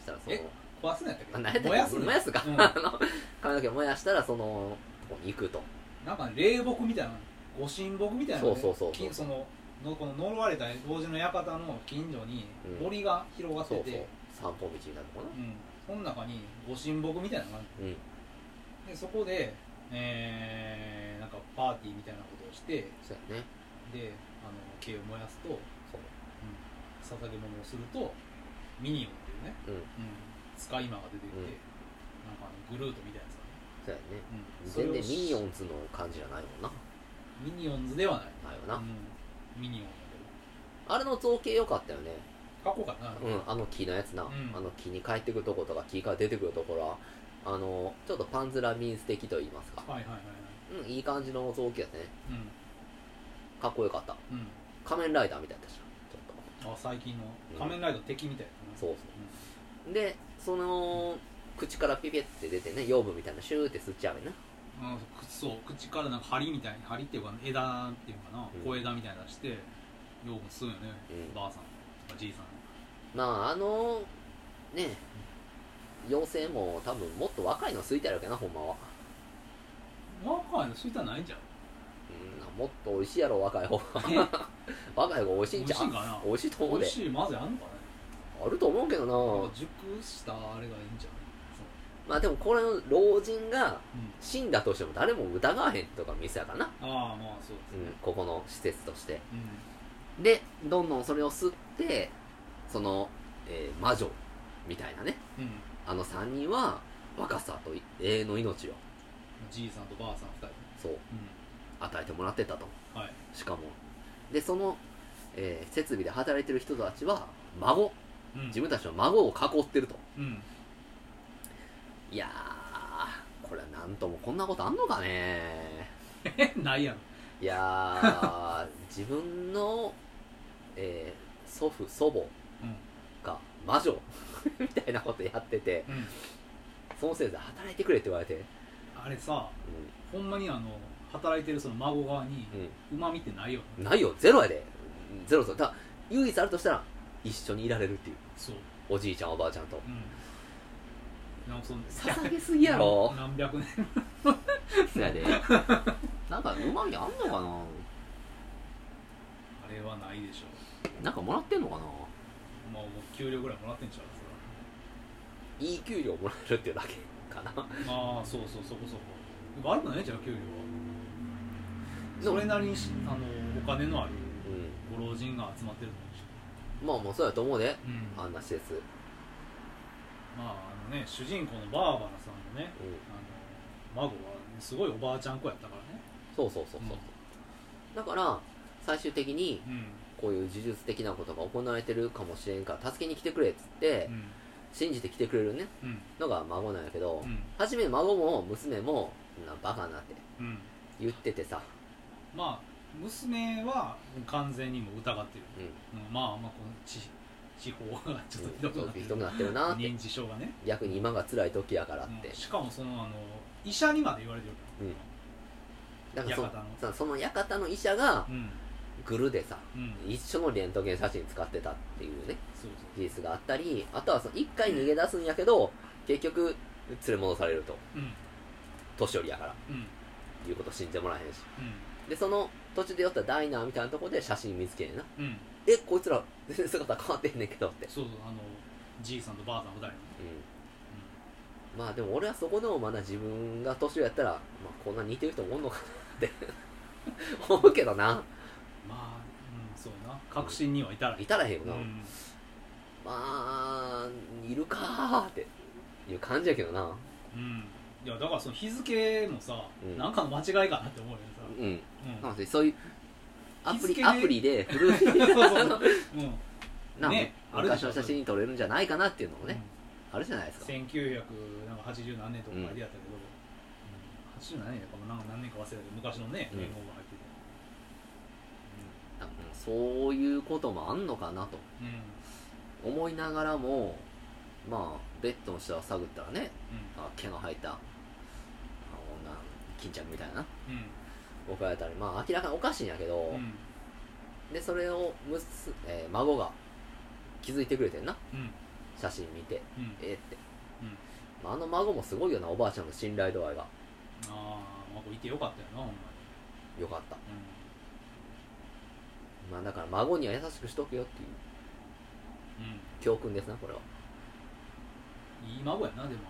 A: したらその
B: え壊すなやった
A: あ
B: っ
A: 何
B: け
A: や
B: 燃や
A: っ
B: す
A: たっけ
B: な
A: 燃やすか、
B: う
A: [laughs]
B: ん
A: あの髪の毛を燃やしたらそのとこに行くと
B: なんか霊木みたいなご神木みたいなね、
A: そうそうそうそう
B: きそののこの呪われた老人の館の近所に
A: うん
B: 森が広がって
A: そう
B: て、
A: そう散歩道になるのか
B: うん、その中にご神木みたいなのがある
A: なうん
B: でそこで、えー、なんかパーティーみたいなことをしてで
A: そうやね
B: あの毛を燃やすと
A: そう
B: 捧げ物をするとミニオンっていうね、
A: うん
B: 使い魔が出てきて、
A: うん
B: なんかあのグルートみたいなやつがね
A: そうやね
B: うんそれ
A: 全然
B: を
A: ミニオンズの感じじゃないもん
B: ミニオンズではない
A: なないよな、
B: うんミニオンだ
A: あれの造形良かったよね
B: けどかっこよかったな、
A: うん、あの木のやつな、
B: ん
A: あの木に帰ってくるとことか木から出てくるところはあのちょっとパンズラミンス的と言いますか、
B: はいはいはいはい
A: うん、いい感じの造形やね
B: う
A: かっこよかった
B: ん、うん
A: 仮面ライダーみたいだったしちょっ
B: あ最近の
A: うん
B: 仮面ライダー敵みたいな、
A: とそうそうでその口からピピって出てね養分みたいなシューって吸っちゃうよな
B: うん、くそう口からなんか針みたいに針っていうか枝っていうかな、
A: うん
B: 小枝みたいなの出して養分吸うよね、
A: うん
B: ばあさんとかじいさん
A: まああのね妖精も多分もっと若いの吸いたいわけなほんまは、
B: 若いの吸いたないんじゃん
A: うん、もっと美味しいやろ若い方が [laughs] 若い方が美味しいんちゃ
B: 美味しい
A: うん
B: か
A: 美味しいと
B: な
A: 思う
B: 美
A: で
B: 味しいまずやんのかね
A: あると思うけどな
B: なんか熟したあれがいいんじゃん
A: まあでもこれの老人が
B: うん
A: 死んだとしても誰も疑わへんとか店やからな、
B: ああまあそうです
A: う
B: ね
A: ん、ここの施設として
B: うん、
A: でどんどんそれを吸ってその、えー魔女みたいなね
B: うん
A: あの3人は若さと永遠の命を
B: じいさんとばあさん2
A: そ
B: 人
A: う与えてもらってたと
B: うんはい
A: しかもでその、えー設備で働いてる人たちは孫
B: うん
A: 自分たちの孫を囲ってると
B: うん
A: いやーこれはなんともこんなことあんのかね
B: えないやろ
A: い
B: [laughs]
A: やー自分の、えー祖父祖母
B: う
A: が魔女 [laughs] みたいなことやってて
B: んうん
A: そのせいで働いてくれって言われて
B: あれさほんまにあの働いてるその孫側に
A: うん、
B: うまみってないよね
A: うん、ないよゼロやでゼロゼロだから唯一あるとしたら一緒にいられるっていう
B: そう
A: おじいちゃんおばあちゃんと
B: うんなんかその
A: 捧げすぎやろ
B: 何百年
A: [laughs] そやで [laughs] なんかうまみあんのかな
B: あれはないでしょ
A: なんかもらってんのかな
B: まあもう給料ぐらいもらってんちゃう
A: いい給料もらえるっていうだけかな
B: それはああそうそうそこそこ悪くないじゃん給料は
A: でも
B: それなりにしあのお金のある
A: う
B: ご老人が集まってると思うし
A: んまあもうそうやと思うで
B: うん
A: あ
B: ま
A: んな施設
B: ああのね主人公のバーバラさんのね
A: うん
B: あの孫はすごいおばあちゃん子やったからね
A: そうそうそうそう、だから最終的に
B: うん
A: こういう呪術的なことが行われてるかもしれんから助けに来てくれっつって、
B: うん
A: 信じて来てくれるね
B: うん
A: のが孫なんやけど、
B: うん
A: 初め孫も娘もそんなバカなって
B: うん
A: 言っててさ、
B: まあ娘は完全にもう疑ってる、
A: う
B: うんまあまあこの地地方がちょっとひど
A: ん、
B: くなって
A: ひ
B: る
A: どくなってるなって
B: 認知症がね、
A: 逆に今が辛い時やからって
B: うん、しかもそのあの医者にまで言われてる
A: うんだからそ
B: 館の
A: さその館の医者が
B: うん
A: グルでさ
B: うん
A: 一緒のレントゲン写真使ってたっていうね
B: そうそ
A: 事実があったりあとはその一回逃げ出すんやけど結局連れ戻されると
B: ううん
A: 年寄りやから
B: うん
A: いうこと信じてもらえへんしでその途中で寄ったダイナーみたいなとこで写真見つけんな
B: うんうん
A: えこいつら全然姿変わってんねんけどって、
B: そうそうあのじいさんとばあさん二人の
A: うん、まあでも俺はそこでもまだ自分が年上やったら、まあ、こんな似てる人もおんのかなって [laughs] 思うけどな
B: まあうんそうやな確信にはいたら
A: いたらへんよ
B: う
A: な、
B: ん
A: まあいるかーっていう感じやけどな
B: うんいやだからその日付もさ、
A: うん
B: なんかの間違いかなって思うよねさ、
A: うん
B: うん
A: なんでそういうアプ
B: 気
A: リ
B: づけ
A: ア
B: ね
A: プリで古
B: [laughs]
A: い
B: そうそうそう、うん
A: な
B: ねあるで
A: 昔
B: しょ
A: の写真撮れるんじゃないかなっていうのもね、あるじゃないですか
B: 1980何年とか書いてあったけど、うん、80何年だかもなんか何年か忘れたけど昔のね
A: うん
B: 年号が入ってて、
A: なんかそういうこともあんのかなと
B: うんうん
A: 思いながらもまあベッドの下を探ったらねあ毛の生えたあ女金ちゃんみたいな僕らやったりまあ明らかにおかしいんやけど、
B: うんうん
A: でそれをむす、えー孫が気づいてくれてんな
B: うん
A: 写真見て
B: うん
A: えーって、
B: うん
A: まあ、あの孫もすごいよなおばあちゃんの信頼度合いが
B: ああまあこれいてよかったよなほんまに、
A: よかったまあだから孫には優しくしとけよっていう
B: うん
A: 教訓ですなこれは
B: うん、いい孫やなでも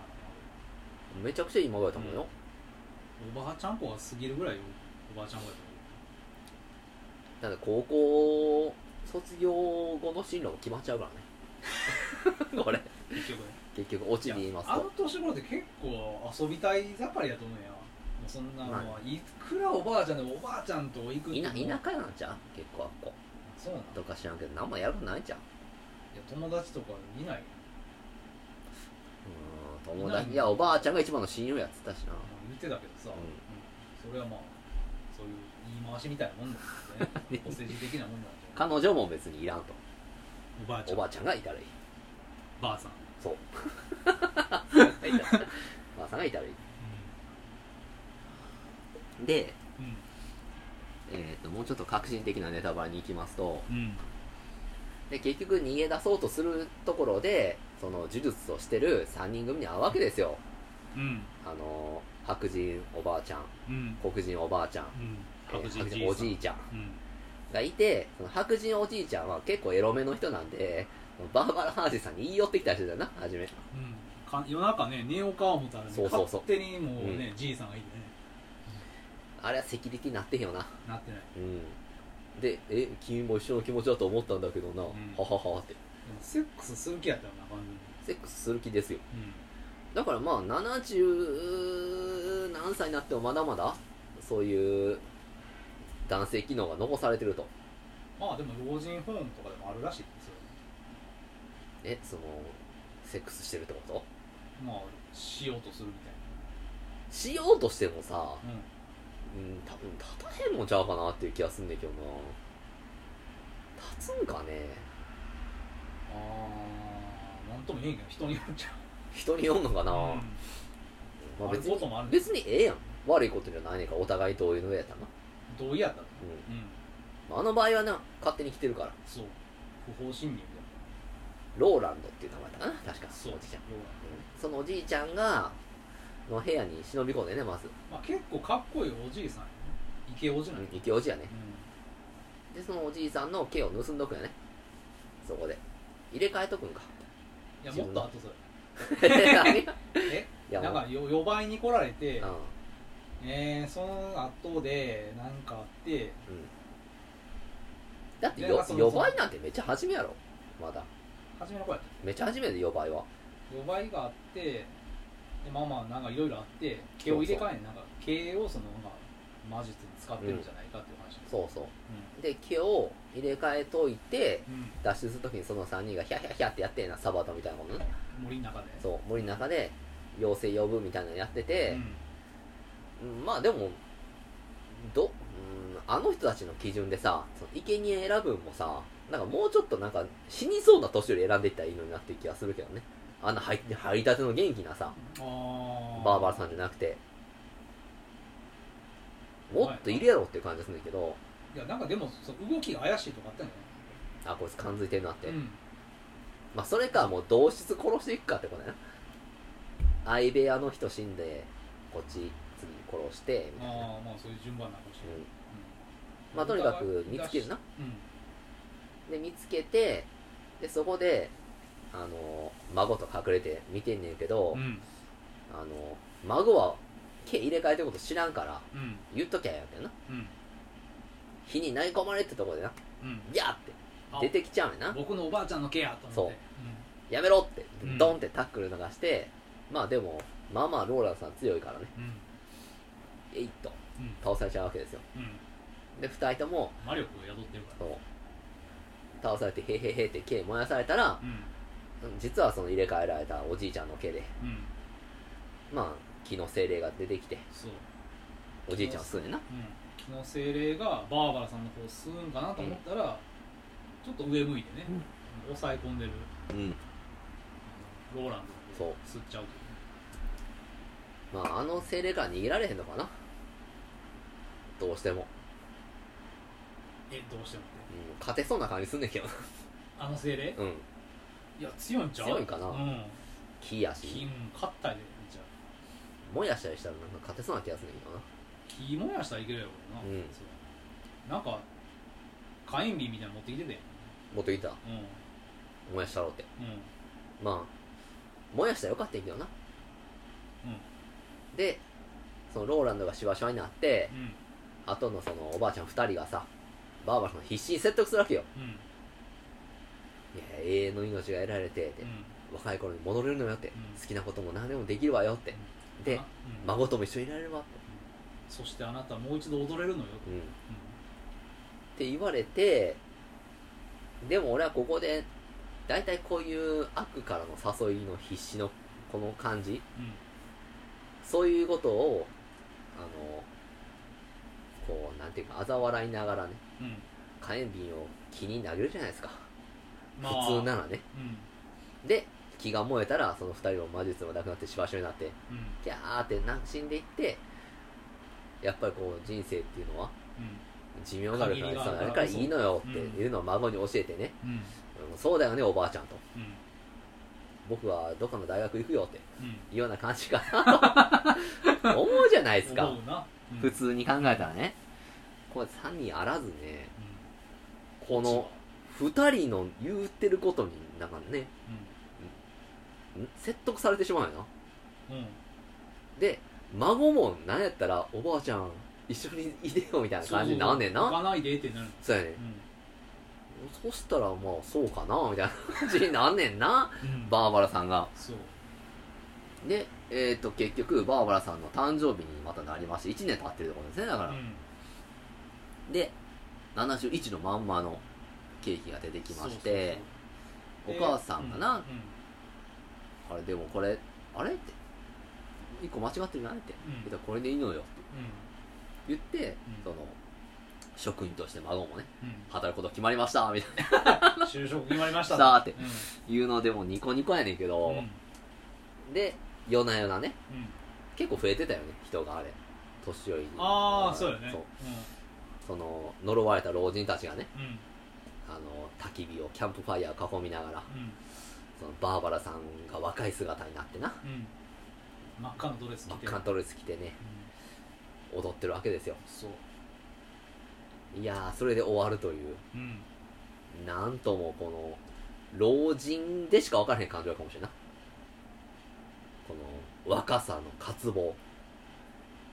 A: めちゃくちゃいい孫やと思うよ、
B: あのおばあちゃん子が過ぎるぐらいおばあちゃん子やと
A: だって高校卒業後の進路も決まっちゃうから
B: [laughs]
A: ねこれ
B: 思う結局ね
A: 結局落ちに言います
B: あ
A: と
B: の年頃って結構遊びたい盛りやと思うよもうそんな
A: まあ
B: もういくらおばあちゃんでもおばあちゃんと行くって
A: いな
B: もう
A: 田舎やなんちゃう結構あっこ
B: そうなんだ
A: どっか知らんけど何もやることないんちゃう
B: いや友達とかいないよ
A: うーん友達いやおばあちゃんが一番の親友やっつったしな
B: 言ってたけどさ、
A: ん
B: うんそれはまあそういう言い回しみたいなもんなん
A: [laughs]
B: ですねお世辞的なもんなんじゃない
A: 彼女も別にいらんと
B: おばあちゃ
A: お
B: ん
A: ばあちゃんがいたらいい
B: ばあさん、
A: そう [laughs] おばあさんがいたらいいで、
B: う
A: えー、ともうちょっと革新的なネタバレに行きますと
B: んうん
A: で結局逃げ出そうとするところでその呪術をしてる3人組に会うわけですよ
B: うん
A: あのー白人おばあちゃん
B: うん
A: 黒人おばあちゃん、
B: うん
A: えー
B: 白人
A: 白
B: じ
A: 人
B: い
A: お
B: さん
A: じいちゃん
B: うん
A: がいてその白人おじいちゃんは結構エロめの人なんでバーバラ・ハージさんに言い寄ってきたりしてたな初め
B: うんか夜中ね寝ようか思ったらね
A: そうそうそう
B: 勝手にもうね、じいさんがいてね
A: あれはセキュリティになってへんよな
B: なってない
A: うんで「え君も一緒の気持ちだと思ったんだけどな、
B: ん
A: ははは」って
B: でもセックスする気やったよな完全に
A: セックスする気ですよ
B: うん
A: だからまあ70何歳になってもまだまだそういう男性機能が残されてると
B: まあでも老人ホームとかでもあるらしいです
A: え
B: よ
A: そのセックスしてるってこと
B: まあしようとするみたい
A: しようとしてもさ、
B: な、うん、
A: うん、多分立たへんのちゃうかなっていう気がすんだけどな立つんかね
B: ああなんとも言えんけど人によっちゃ
A: 人によんのかな、
B: う、うん、
A: まあ、
B: ある
A: 別
B: こ
A: に
B: ともある
A: 別にええやん悪いことじゃないねんからお互い同意の上やったな、
B: 同意やったら
A: う
B: うん
A: んまあ、あの場合はな勝手に来てるから
B: そう不法侵入み
A: ローランドっていう名前だったかな確
B: たい
A: か
B: なそう
A: おじいちゃん
B: 要は
A: うんそのおじいちゃんがの部屋に忍び込んでねまず
B: まあ結構かっこいいおじいさんやねイケおじなんや、
A: 生きおじやね
B: う
A: でそのおじいさんの毛を盗んどくんやねそこで入れ替えとくんか
B: [laughs] ん、いやもっと後それ
A: 何い
B: え
A: や
B: なん
A: も
B: かよ呼ばいに来られて、
A: う
B: えー、その後でなんかあって
A: うんうんだって
B: い
A: よ
B: やその
A: 予売なんてめっちゃ初めやろまだ
B: 初めの子やった
A: めっちゃ初めで予売は
B: 呼ばいがあってでまあまあなんかいろいろあって毛を入れ替えんなんか毛をそのまあ魔術に使ってるんじゃないかっていう話です、
A: そうそうで毛を入れ替えといて
B: うんうん
A: 脱出するときにその3人がヒャヒャヒャってやってんなサバトみたいなことね
B: 森の中で
A: そう森の中で妖精呼ぶみたいなのやってて、
B: うん
A: うんまあでもど、うん、あの人たちの基準でさその生贄選ぶんもさなんかもうちょっとなんか死にそうな年より選んでいったらいいのになっていう気がするけどねあんな入り入りたての元気なさ
B: あ
A: バーバラ
B: ん
A: さんじゃなくてもっといるやろっていう感じがするんだけど
B: いやなんかでもその動きが怪しいとかあったんじ
A: あこいつ感づいてるなって、
B: ゃない、うん、
A: まあそれかもう同室殺していくかってことやな相部屋の人死んでこっち次殺してみたいな、
B: ああまあそういう順番なのかもしれな
A: う
B: い、うん
A: んまあとにかく見つけるな
B: うん
A: で見つけてでそこであの孫と隠れて見てんねんけど、
B: うん
A: あの孫は毛入れ替えてること知らんから
B: うん
A: 言っときゃやんけどな
B: うん
A: 火に投げ込まれってとこでな
B: うん
A: 「や!」って
B: あ
A: 出てきちゃうねんな
B: 僕のおばあちゃんの毛やと思って
A: 「やめろ!」って
B: うん
A: ドンってタックル流して、まあでもまあまあローランさん強いからね
B: う、うん
A: えいっと
B: うん
A: 倒されちゃうわけですよ
B: うん
A: で2人とも
B: 魔力を宿ってるか
A: そう倒されて「へへへ」って毛燃やされたら
B: らうん
A: 実はその入れ替えられたおじいちゃんの毛で
B: うん
A: まあ木の精霊が出てきて
B: そう
A: おじいちゃんはすんねんな
B: うん、気の精霊がバーバラさんの方を吸うんかなと思ったら、ちょっと上向いてね、抑え込んでる
A: うん
B: ローランドを吸っちゃうとい
A: まああの精霊から逃げられへんのかなどうしても、
B: うえどうしてもって
A: うん、勝てそうな感じすんねんけどな
B: あの精霊
A: うん
B: いや強いんちゃう
A: 強いかな
B: うん
A: 木や
B: 金
A: し
B: 勝ったりでじゃあ
A: 燃やしたりしたらなんか勝てそうな気がすんねんけどな
B: 木もやしたらいけるやろうな、
A: うん
B: そうなんか火炎瓶みたいなの持ってきてて
A: もっといたら
B: うんうん
A: 燃やしたろうってまあ燃やしたらよかったんやけどなでそのローランドがしわしわになって
B: うん
A: 後のそのおばあちゃん2人がさバーバラさんを必死に説得するわけよ
B: うん
A: いや永遠の命が得られてって、
B: うん
A: 若い頃に戻れるのよって、
B: うん
A: 好きなことも何でもできるわよって、で
B: あうん
A: 孫とも一緒にいられるわって、
B: そしてあなたはもう一度踊れるのよ、
A: うん、っ
B: う
A: て言われてでも俺はここで大体こういう悪からの誘いの必死のこの感じ
B: んうん、
A: そういうことをあのこうなんていうか嘲笑いながらね
B: うん
A: 火炎瓶を木に投げるじゃないですか、
B: まあ
A: 普通ならね
B: うん
A: で木が燃えたらその二人の魔術もなくなってしばしばになって
B: うんうん
A: キャーってな死んでいってやっぱりこう人生っていうのは寿命があるから
B: 限りがあ
A: さ
B: る
A: あ
B: から
A: れからいいのよっていうのを孫に教えてね、
B: うん
A: うんそうだよねおばあちゃんと
B: うん
A: 僕はどっかの大学行くよって
B: うん
A: いうような感じか
B: [laughs]
A: なと思うじゃないですか
B: 思うな、うん
A: 普通に考えたらねこれ3人あらずねこ
B: うん
A: の2人の言ってることになんかねん説得されてしまうよな
B: うんうん
A: で孫もなんやったらおばあちゃん一緒にいてよみたいな感じになんねん
B: そうそ
A: な
B: う行かないでってなる
A: そうやね
B: うん
A: そしたらまあそうかなみたいな感じになんねんな
B: うん
A: バーバラさんが
B: そう
A: でえっ、と結局バーバラさんの誕生日にまたなりまして1年経ってるところですねだから、
B: うん
A: で71のまんまのケーキが出てきまして
B: そうそうそう
A: お母さんがな、
B: で
A: あれでもこれあれって1個間違ってるないって、
B: うんうん
A: えっとこれでいいのよって
B: う
A: 言って、
B: ん
A: その職員として孫もね
B: んうん
A: 働くこと決まりましたみたいな
B: 就職決まりました
A: さあって
B: うん
A: 言うのでもニコニコやねんけど、
B: うん
A: で夜な夜なね
B: うん
A: 結構増えてたよね人があれ年寄りに
B: ああそうよね
A: そうその呪われた老人たちがね
B: うんうん
A: あの焚き火をキャンプファイヤー囲みながら
B: うん
A: そのバーバラさんが若い姿になってな
B: うん真っ赤なドレス
A: 真
B: 着
A: って赤なドレス着てね
B: うん
A: 踊ってるわけですよ
B: そう
A: いやーそれで終わるという
B: うん
A: なんともこの老人でしか分からへん感情かもしれんないこの若さの渇望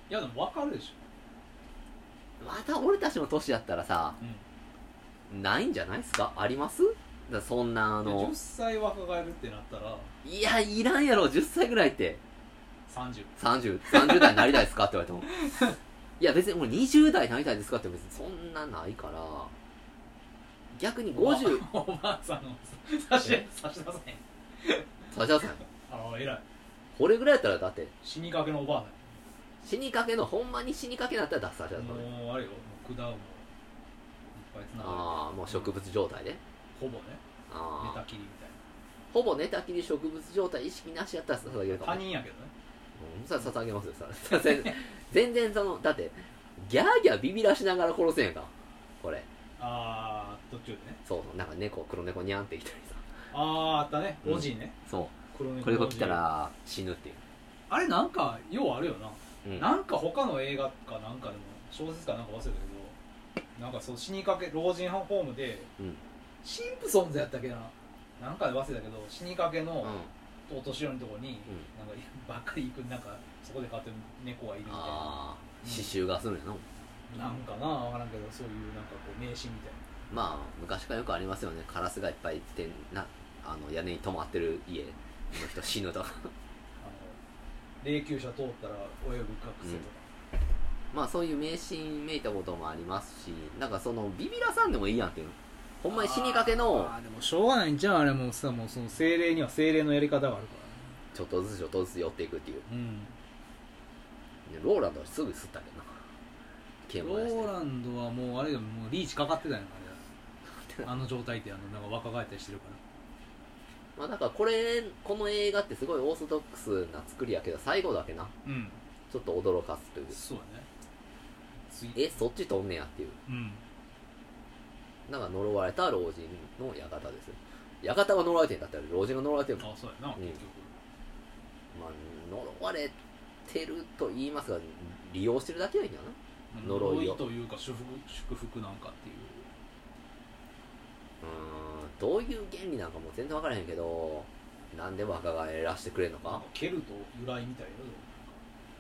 B: いやでも分かるでし
A: また俺たちの年やったらさ
B: ょうん
A: ないんじゃないですかありますだそんなあ
B: で
A: の
B: 10歳若返るってなったら
A: いやいらんやろ10歳ぐらいって
B: 30
A: 3030代になりたいですかって言われても [laughs] いや別にもう20代になりたいですかって別にそんなないから逆に50
B: おばおばあさんの差し差し出さへん
A: 指原さん
B: ああ偉い
A: これぐらいやったらだって
B: 死にかけのおばあ
A: 死にかけのほんまに死にかけだったら出され
B: さ
A: た
B: ん
A: とね
B: もうあれよもう管もいっぱいつなが
A: ああもう植物状態で
B: ほぼね寝
A: ああ
B: たきりみたい
A: ほぼ寝たきり植物状態意識なしやったら捧げる
B: な
A: かも
B: 他人やけどね
A: うんそれ捧げますよそれ全然全然そのだってギャーギャービビらしながら殺せんやんかこれ
B: ああ途中でね
A: そうそうなんか猫黒猫にゃんって来たりさ
B: あああったね
A: うん
B: おじいね、
A: そ
B: 黒
A: う
B: 猫
A: これが来た
B: おじい
A: ら死ぬっていう、
B: あれなんかようあるよな、
A: うん、
B: なんか他の映画かなんかでも小説かなんか忘れたけどなんかそう死にかけ老人ホームで、
A: うん
B: シンプソンズやったっけななんかで忘れたけど死にかけの
A: うん
B: お年寄りのとこに、なんかばっかり行くなんかそこで飼ってる猫がいるみたいな
A: ああ刺繍がするんやな
B: なんかな分からんけどそういうなんかこう迷信みたい
A: まあ昔からよくありますよねカラスがいっぱい来てなあの屋根に泊まってる家の人死ぬと [laughs] か
B: なあの霊柩車通ったら泳ぐ覚醒とか、
A: まあそういう迷信めいたこともありますしなんかそのビビらさんでもいいやんっていうほんまに死にかけの
B: あーでもしょうがないんじゃんあれもさもうその精霊には精霊のやり方があるか
A: ちょっとずつちょっとずつ寄っていくっていう
B: らうん
A: でローランドはすぐ吸ったけどな剣
B: ロ
A: も出して
B: ーランドはもうあれがもうリーチかかってたんやんあれあの状態ってあのなんか若返ったりしてるか
A: まあだからこれこの映画ってすごいオーソドックスな作りやけど最後だけな
B: らうん
A: ちょっと驚かすという
B: そうやね次
A: えそっち飛んねやっていう
B: うん
A: なんか呪われた老人の館です館が呪われてんだったら老人が呪われてる
B: あそうやな、
A: うん
B: 結局
A: まあ、呪われてると言いますが利用してるだけはいいんだな呪いを
B: 呪いというか祝福祝福なんかっていう
A: うーんどういう原理なんかもう全然分からへんけどなんで若返らしてくれんの
B: なん
A: か
B: かケルト由来みたいよ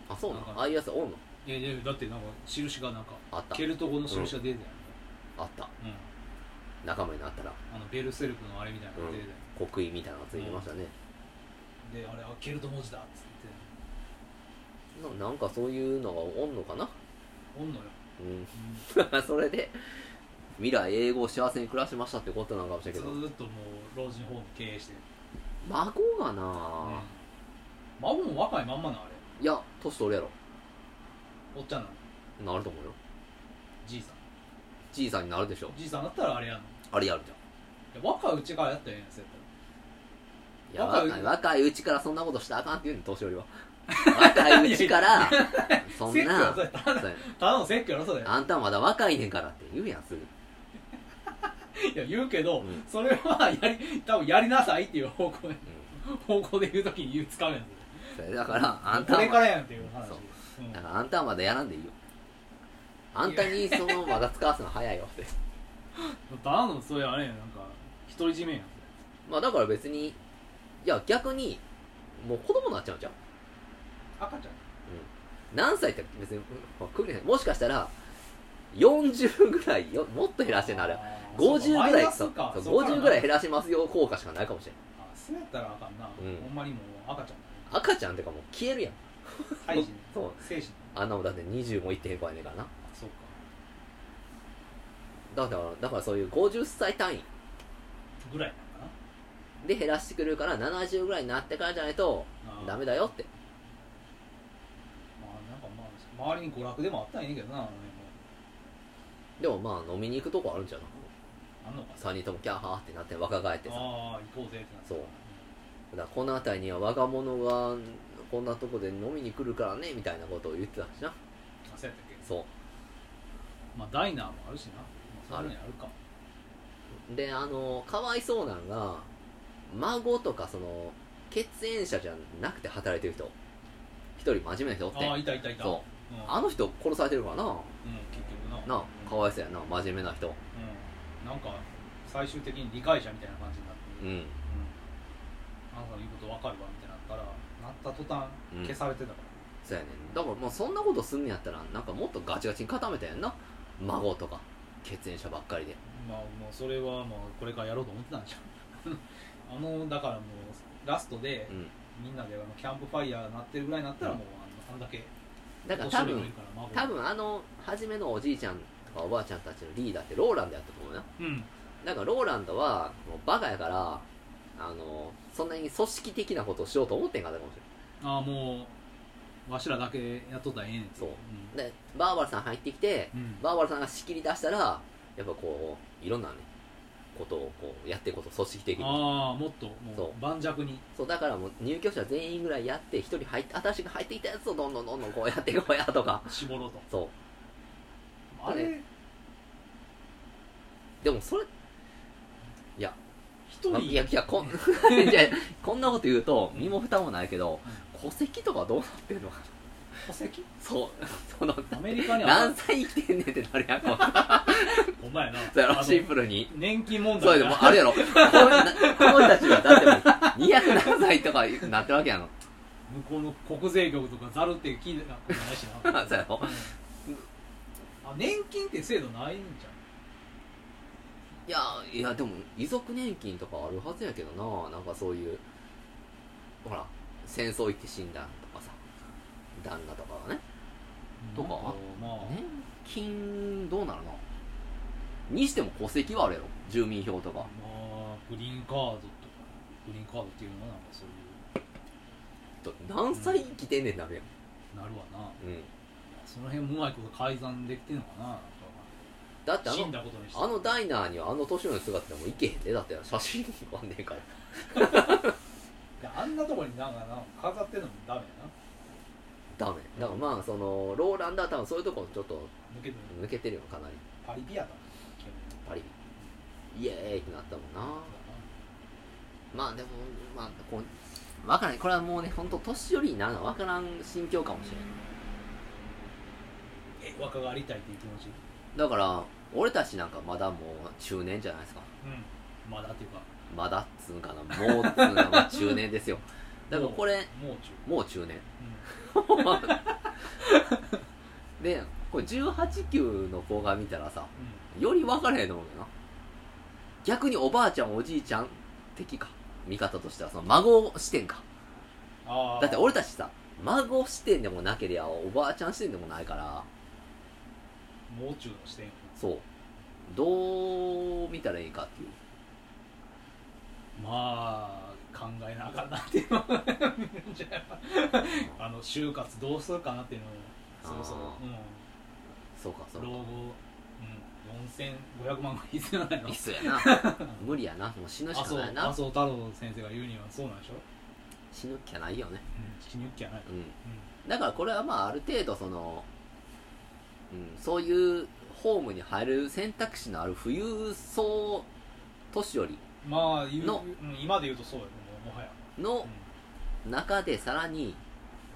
A: あそうな
B: なん
A: の
B: か
A: ああいうやつおんの
B: いやいやだってなんか印がなんか
A: あった
B: ケルト語の印が出てたや
A: あった
B: ん、うん
A: 仲間になったら
B: あのベルセルクのあれみたいなのが出てたやん
A: 刻印みたいなのがついてましたね、
B: であれあケルト文字だっつって
A: ななんかそういうのがおんのかな
B: おんのよ、
A: うん [laughs]
B: うん、
A: それで未来英語を幸せに暮らしましたってことなのかもしれん
B: ず
A: けど
B: ーっともう老人ホーム経営してる、
A: 孫がな
B: うん
A: あ、、
B: 孫も若いまんまなあれ
A: いや年取るやろ
B: おっちゃんなの
A: なると思うよ
B: じいさん
A: じいさんになるでしょ
B: じいさんだったらあれやんの
A: あれやるじゃん
B: いや若いうちからやったらええやんそうやっ
A: いや
B: 若
A: 若
B: い
A: い若いうちからそんなことしたらあかんって言うねん年寄りは若いうちからそんな
B: 説教
A: [laughs]
B: だ
A: そうや
B: ただの説教やろそれい
A: あんたまだ若いねんからって言うやんすぐ
B: や言うけど、
A: うん
B: それはやり多分やりなさいっていう方向で方向で言うときに言う使うやん
A: それだからあんた
B: これ
A: は
B: からやんっていう話
A: そう
B: うん
A: だからあんたはまだやらんでいいよあんたにそのまだ使わすの早いよって
B: ただのそれあれやんなんか独り占めやん
A: まあだから別にいや逆にもう子供になっちゃうんじゃん
B: 赤ちゃん
A: 何歳って別にうんまあくぐれへんもしかしたら40ぐらいよもっと減らしてなる
B: あ
A: 50ぐらい
B: そうかマイナスか
A: そう50ぐらい
B: そ
A: 減らしますよ効果しかないかもしれない
B: あすねたらあかんな、
A: うん
B: ほんまにもう赤ち
A: 赤ちゃんってかもう消えるやん
B: ゃん胎児ね
A: そう
B: 精神
A: あんなもんだって20も1.5やねんからな
B: あそうか
A: だからだからそういう50歳単位
B: ぐらいなのか
A: で減らしてくれるから70ぐらいになってからじゃないと
B: なあー
A: ダメだよって
B: まあなんかまあ周りに娯楽でもあったらいいけどなあのね
A: でもまあ飲みに行くとこあるんじゃな
B: あんのかな
A: 3人ともキャーハーってなって若返ってさ
B: ああ行こうぜってなって
A: そうだからこの辺りには若者がこんなとこで飲みに来るからねみたいなことを言ってたしな
B: あそうやったっけ
A: そ
B: まあダイナーもあるしな、まあ、そういうのやるか
A: うであのかわいそうなんが孫とかその血縁者じゃなくて働いてる人一人真面目な人おっ
B: ああ
A: て
B: いたいたいた、
A: そう
B: ん、
A: あの人殺されてるからな
B: うん結局
A: な
B: な
A: あか
B: い
A: わいそうやな真面目な人
B: うんなんか最終的に理解者みたいな感じになっ
A: う
B: てうん
A: ん
B: あなたの言うこと分かるわみたいになったらなった途端
A: うん
B: 消されてたか
A: そうやねんだからまあそんなことすんねやったらなんかもっとガチガチに固めたやんな孫とか血縁者ばっかりで
B: ら、まあもうそれはもうこれからやろうと思ってたんじゃん [laughs] あのだからもうラストで
A: うん
B: みんなであのキャンプファイヤーなってるぐらいになったら
A: うん
B: もうあのあんだけ
A: だから多
B: 年寄り
A: 分
B: もいるから孫
A: 多分あの初めのおじいちゃんとかおばあちゃんたちのリーダーってローランドやったと思うな
B: うん
A: だからローランドはもうバカやからあのそんなに組織的なことをしようと思ってんかったかもし
B: ああもうわしらだけやっとったらええねんって
A: そうれないでバーバラさん入ってきて
B: うん、うん
A: バーバラさんが仕切り出したらやっぱこういろんなねことをこうやっていこうと組織的に
B: ああもっと
A: そ
B: も
A: う
B: う盤石に
A: そうだからもう入居者全員ぐらいやって一人入って新しく入ってきたやつをどんどんどんどんこうやってこうやとか
B: 絞ろうと
A: そう
B: あれ
A: でもそれ
B: 一人
A: いやいやこん [laughs] いやこんなこと言うと身も蓋もないけど戸籍とかどうなってんのかな
B: 戸籍 [laughs]
A: そうその
B: アメリカに
A: 何歳生きてんねんってなる
B: [laughs]
A: やんこう
B: お前やな
A: そうや
B: あ
A: ろ
B: の
A: シンプルに
B: 年金問題
A: そうやでもあれやろこのなこの人たちがだってもう200何歳とかなってるわけやの
B: 向こうの国税局とかざるって聞いたことないし
A: [laughs]
B: な
A: そうやろ
B: あ年金って制度ないんじ
A: いやいやでも遺族年金とかあるはずやけどななんかそういうほら戦争行って死んだとかさ旦那とかがね
B: ゃん
A: とか
B: なんまあ、
A: 年金どうなるのにしても戸籍はあれよ住民票と
B: ま
A: か
B: あグリーンカードとかグリーンカードっていうのはなんかそういう
A: 何歳生きてんねんなるやん、
B: なるわな
A: うん、
B: その辺もうまいこと改ざんできてんのかななんか
A: だってあ
B: 死
A: の
B: んだことにして
A: あのダイナーにはあの年の姿でもいけへんでだって写真あんねんから
B: いやあんなとこになんかな飾ってんのもダメやな
A: ダメだからまあそのローランダー多分そういうとこちょっと
B: 抜けてる
A: 抜けてるよかなり
B: パリピやった
A: パリイエーイってなったもんなまあでもまあこう分からないこれはもうね本当年寄りになるのは分からん心境かもしれない
B: え若返りたいっていう気持ち
A: だから俺たちなんかまだもう中年じゃないですか
B: うんまだっていうか
A: まだっつうんかなもうっつうんかな中年ですよだからこれ
B: もう中
A: もう中年
B: う
A: でこれ189の子が見たらさ
B: ん、うん
A: より分からへんと思うけどな逆におばあちゃんおじいちゃん的か見方としてはその孫視点か
B: あー
A: だって俺たちさ孫視点でもなけりゃおばあちゃん視点でもないから
B: もう中の視点
A: そうどう見たらいいかっていう
B: まあ考えなあかんなっていうあの就活どうするかなっていうのをそろそろ
A: あ、そうかそ
B: うん、
A: うか
B: 老後、うん、4500万ぐらい必要ないの
A: 必須やな無理やなもう死ぬし
B: 麻
A: か
B: 生
A: ない
B: 麻
A: な
B: 生太郎先生が言うにはそうなんでしょ、う
A: 死ぬっきゃないよね
B: ん、死にゆっきゃない、
A: うん
B: う
A: だからこれはまあある程度その、うん、そういうホームに入る選択肢のある富裕層年寄り
B: ん、まあ言う
A: の
B: うん今で言うとそうよもうもはや、
A: の
B: う
A: 中でさらに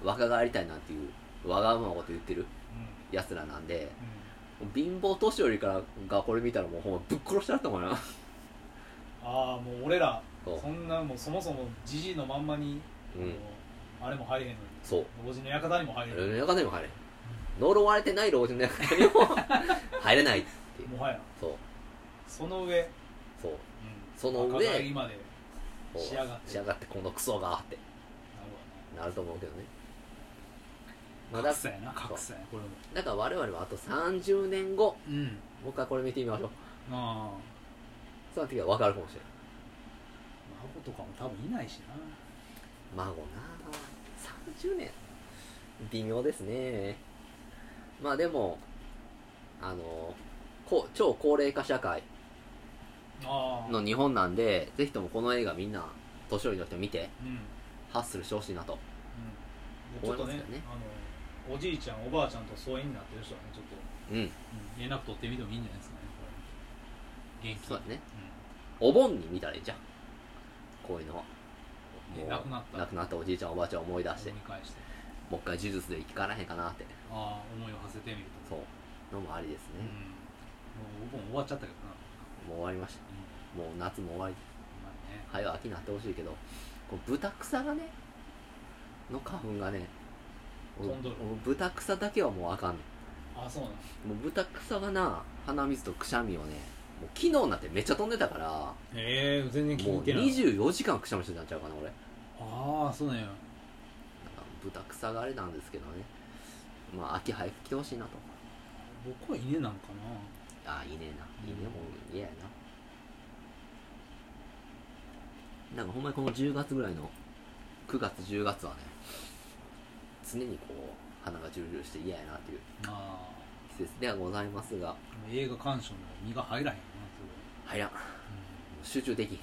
A: 若返りたいなんていうわがままこと言ってる
B: んうん
A: やつらなんで
B: うん
A: 貧乏年寄りからがこれ見たらもうほんまぶっ殺したと思うな
B: ああもう俺ら
A: そう
B: そんなもうそもそもじじいのまんまに、
A: うん
B: もうあれも入れへんのに
A: そう
B: 老人の館にも入れへんのに、
A: 中でも入れん
B: [laughs]
A: 呪われてない老人の中にも入れないっていう
B: もはや
A: そう
B: その上、うん、
A: そうその上
B: 赤が今で
A: こう
B: 仕上がって
A: 仕上がってこのクソがって
B: なる
A: なると思うけどね、ま
B: ほ
A: あ、だ
B: どね格差やな格差やこれも
A: だから我々はあと30年後
B: うん
A: もう一回これ見てみましょう
B: ああ
A: その時は分かるかもしれない
B: 孫とかも多分いないしな
A: 孫な30年微妙ですねまあでもあのこ超高齢化社会
B: ああ
A: の日本なんでぜひともこの映画みんな年寄りの人見て
B: うん、うん、
A: ハッスルしてほしいなと
B: でちょっと
A: 思
B: ね
A: いますよね
B: あのおじいちゃんおばあちゃんと疎遠になってる人はねちょっ
A: う
B: と、
A: ん
B: うん、連絡取ってみてもいいんじゃないですかねこれ元気
A: そうだね
B: うん
A: お盆に見たらいいじゃんこういうのは
B: え
A: もう
B: 亡くなった
A: 亡くなったおじいちゃんおばあちゃんを思い出して
B: 思い返して
A: もう一回手術で生き返らへんかなって
B: ああ思いを馳せてみると
A: そうのもありです
B: う
A: ね、
B: んもう僕も終わっちゃったけどな、
A: もう終わりまし
B: うん、
A: たもう夏も終わり
B: まあね
A: 早い秋になってほしいけどこう豚草がねの花粉がね俺
B: 飛んどる
A: 俺豚草だけはもうあかんね
B: あそうなんへ
A: んもう豚草がな鼻水とくしゃみをねもう昨日になってめっちゃ飛んでたから
B: えー、全然
A: も
B: 聞
A: う
B: いてない
A: 24時間くしゃみしてたんちゃうかな俺
B: ああそうなんや
A: 豚草があれなんですけどねまあ秋早く来てほしいなと
B: 僕は稲なんかな
A: ああいいねえな
B: うん
A: いいねもう嫌やななんかほんまにこの10月ぐらいの9月10月はね常にこう花がジュルジュルして嫌やなっていう
B: あ
A: 季節ではございますが
B: あ映画鑑賞の身が入らへんよなそ
A: 入
B: れ
A: らん集中できん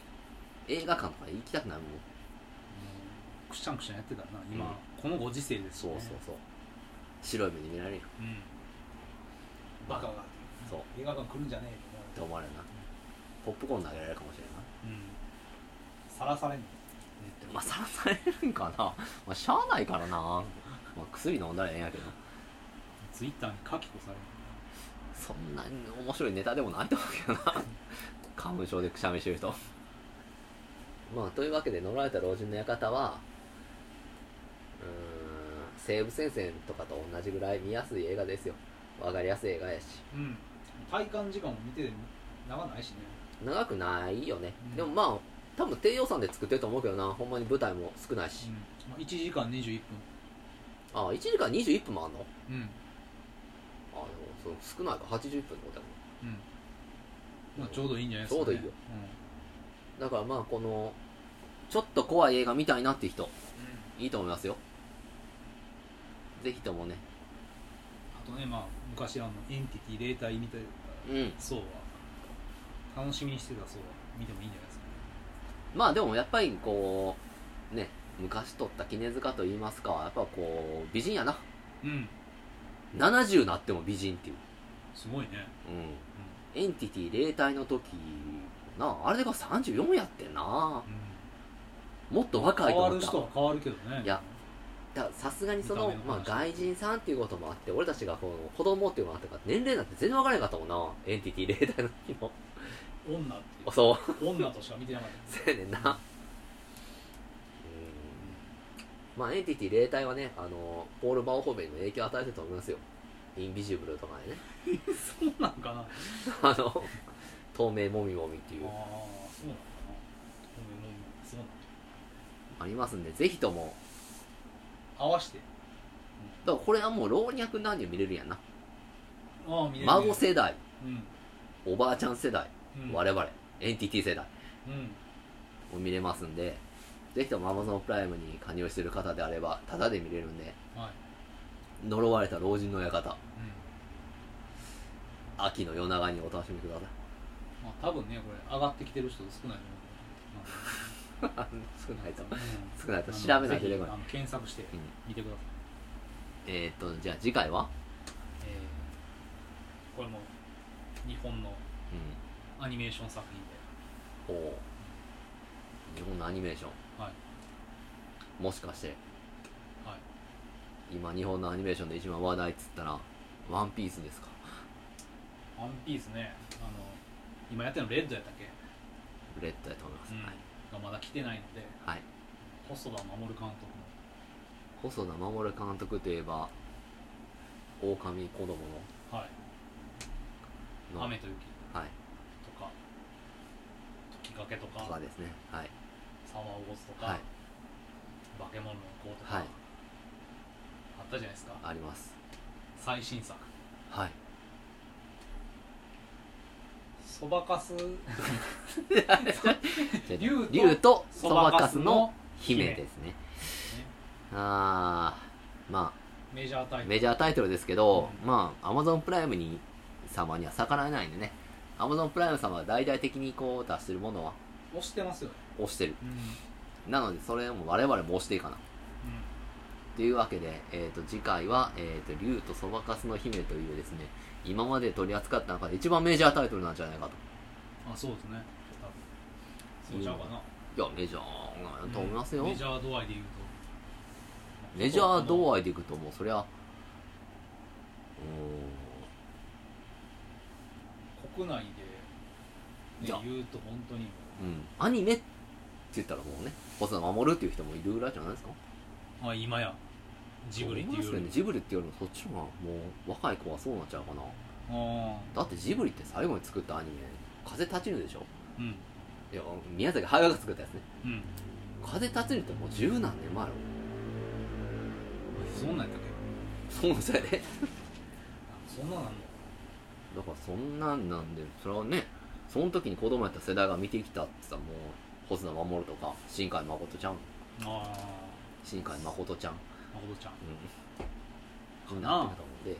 A: 映画館とか行きたくないもん
B: うんくしゃんくしゃんやってたらな今、
A: うん
B: このご時世ですし
A: そう
B: ね
A: そうそう白い目で見られるよ
B: うんバカが
A: そう
B: 映画館来るんじゃねえよ
A: って思われるなポップコーン投げられるかもしれんない
B: うんさらされんのネット
A: まあ、さらされるんかな、まあ、しゃあないからな、まあ、薬飲んだらええんやけど
B: ツイッターに書きこされる
A: そんなに面白いネタでもないと思うけど [laughs] な花粉症でくしゃみしてる人まあというわけで呪われた老人の館はうーん西武戦線とかと同じぐらい見やすい映画ですよわかりやすい映画やし
B: うん体感時間も見てて長ないしね
A: 長くないよね、
B: うん
A: でもまあ多分低予算で作ってると思うけどなほんまに舞台も少ないし、
B: まあ、1時間21
A: ああ1時間21分もあんの
B: 分うん
A: ああでもそう少ないか80分ってことやもん
B: うんまあちょうどいいんじゃないですか、
A: ちょう
B: ね、
A: どいいよだからまあこのちょっと怖い映画見たいなって人
B: うん、うん
A: いいと思いますよぜひともね
B: あとねまあ昔あのエンティティ霊体みたいな
A: うん
B: 層は楽しみにしてた層は見てもいいんじゃないですかね
A: まあでもやっぱりこうね昔撮った絹塚と言いますかやっぱこう美人やな
B: うん
A: 70なっても美人っていう
B: すごいね
A: うんエンティティ霊体の時なあれが34やってんな
B: うん、
A: もっと若い
B: 変
A: と
B: わ
A: 思
B: る
A: った
B: 人は変わるけどね
A: いやだからさすがにそ
B: 見
A: の
B: た目、の
A: まあ、
B: 話
A: 外人さんっていうこともあって俺たちがこの子供っていうのがあったから年齢なんて全然分からへんかったもんなエンティティ霊体の時
B: [laughs]
A: の
B: 女って
A: あそう
B: いう女としか見てなかっ
A: そうやねんな、うん、まあエンティティ霊体はねあのポール・バオホーベンにも影響を与えてると思いますよインビジブルとかでね [laughs]
B: たそうなんかなああ
A: あの透明もみもみっていう
B: そうなんかなごめんごめんそうなんか
A: ありますんでぜひとも
B: 合わして、
A: だからこれはもう老若男女見れるやんな
B: うん、ああ見れる
A: 孫世代
B: うん、
A: おばあちゃん世代
B: うん、
A: 我々エンティティ世代
B: うん
A: も見れますんでぜひとも Amazon プライムに加入してる方であればタダで見れるんで
B: はい、
A: 呪われた老人の館
B: うん
A: 秋の夜長にお楽しみください
B: まあ、多分ねこれ上がってきてる人少ないと [laughs]
A: 少ないと
B: 思う、うん
A: 少ないと調べないといけない
B: あの検索して
A: うん
B: 見てください、
A: えーっとじゃあ次回は、
B: えーこれも日本の
A: う
B: アニメーション作品で、
A: ん、お日本のアニメーショ
B: はい
A: ンもしかして
B: はい、
A: 今日本のアニメーションで一番話題っつったら「ワンピースですか
B: ワンピースねあの今やってるのレッドやったっけ、
A: レッドやと思います、はい
B: がまだ来てないので
A: はい、
B: 細田守監督の
A: 細田守監督といえば「狼子供の
B: 「はい、
A: の」
B: 雨と雪
A: はい、」
B: とかきかけとか
A: とかですねはい
B: サマーウォーズとか、
A: はい
B: バケモンの子とか、
A: はい
B: あったじゃないですか
A: あります
B: 最新作 [laughs]
A: はい
B: そば
A: [laughs]
B: かす竜と
A: 竜とそ
B: そ
A: ば
B: ば
A: か
B: か
A: す
B: す
A: の
B: の
A: 姫
B: 姫
A: ですねああま
B: メジャータ
A: あ
B: イトル
A: メジャータイトルですけど、
B: うん
A: まあアマゾンプライムに様には逆らえないんでねアマゾンプライム様は大々的にこう出してるものは
B: 押してますよね
A: 押してる
B: うん、うん、
A: なのでそれも我々も押していかなというわけで、えー、と次回は「えー、と竜とそばかすの姫」というですね今まで取り扱った中で一番メジャータイトルなんじゃないかと
B: あそうですね多分そうちゃうかな、
A: いやメジャーなんやと思いますよ、
B: うんメジャー度合いで言うと
A: メジャー度
B: 合
A: 合
B: い
A: いでいくともうそりゃう
B: 国内
A: い
B: で、
A: や
B: ね、言うと本当にも
A: ーんうんアニメって言ったらもうね細田守るっていう人もいるぐらいじゃないですか
B: うまあ今やジブリっていう
A: そう
B: よ
A: 思い
B: り
A: ますけどねジブリっていうよりもそっちの方がもう若い子はそうなっちゃうかな
B: あ
A: だってジブリって最後に作ったアニメ「風立ちぬ」でしょ
B: ーうん
A: いや宮崎駿が作ったやつね
B: うん
A: 「風立ちぬ」ってもう十何年前やろ
B: そんなんやったっ
A: そうそやで
B: けそんなんなんの
A: だからそんなんなんでそれはねその時に子供やった世代が見てきたって言ったらもう細田守とか新海誠ちゃん
B: あ
A: 新海誠ちゃん
B: あ誠ちゃん
A: うん
B: かな
A: ってたもんで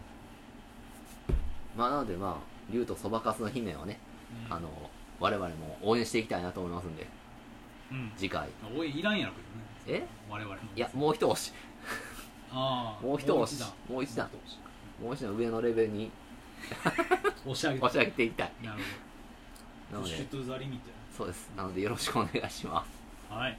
A: まあなのでまあ竜とそばかすの姫をね、
B: うん
A: あの我々も応援していきたいなと思いますんで
B: うん
A: 次回
B: 応援いらんやろけどね
A: え
B: 我々も
A: いやもう一押し
B: ああ
A: もう一押しもう
B: う
A: 一段
B: もう一
A: もう一段上のレベルに
B: 押し上げて
A: 押し上げていきたい
B: なる
A: な
B: ほど
A: の
B: プッシュ
A: で
B: トゥーザリミット
A: そうですなのでよろしくお願いします
B: やはい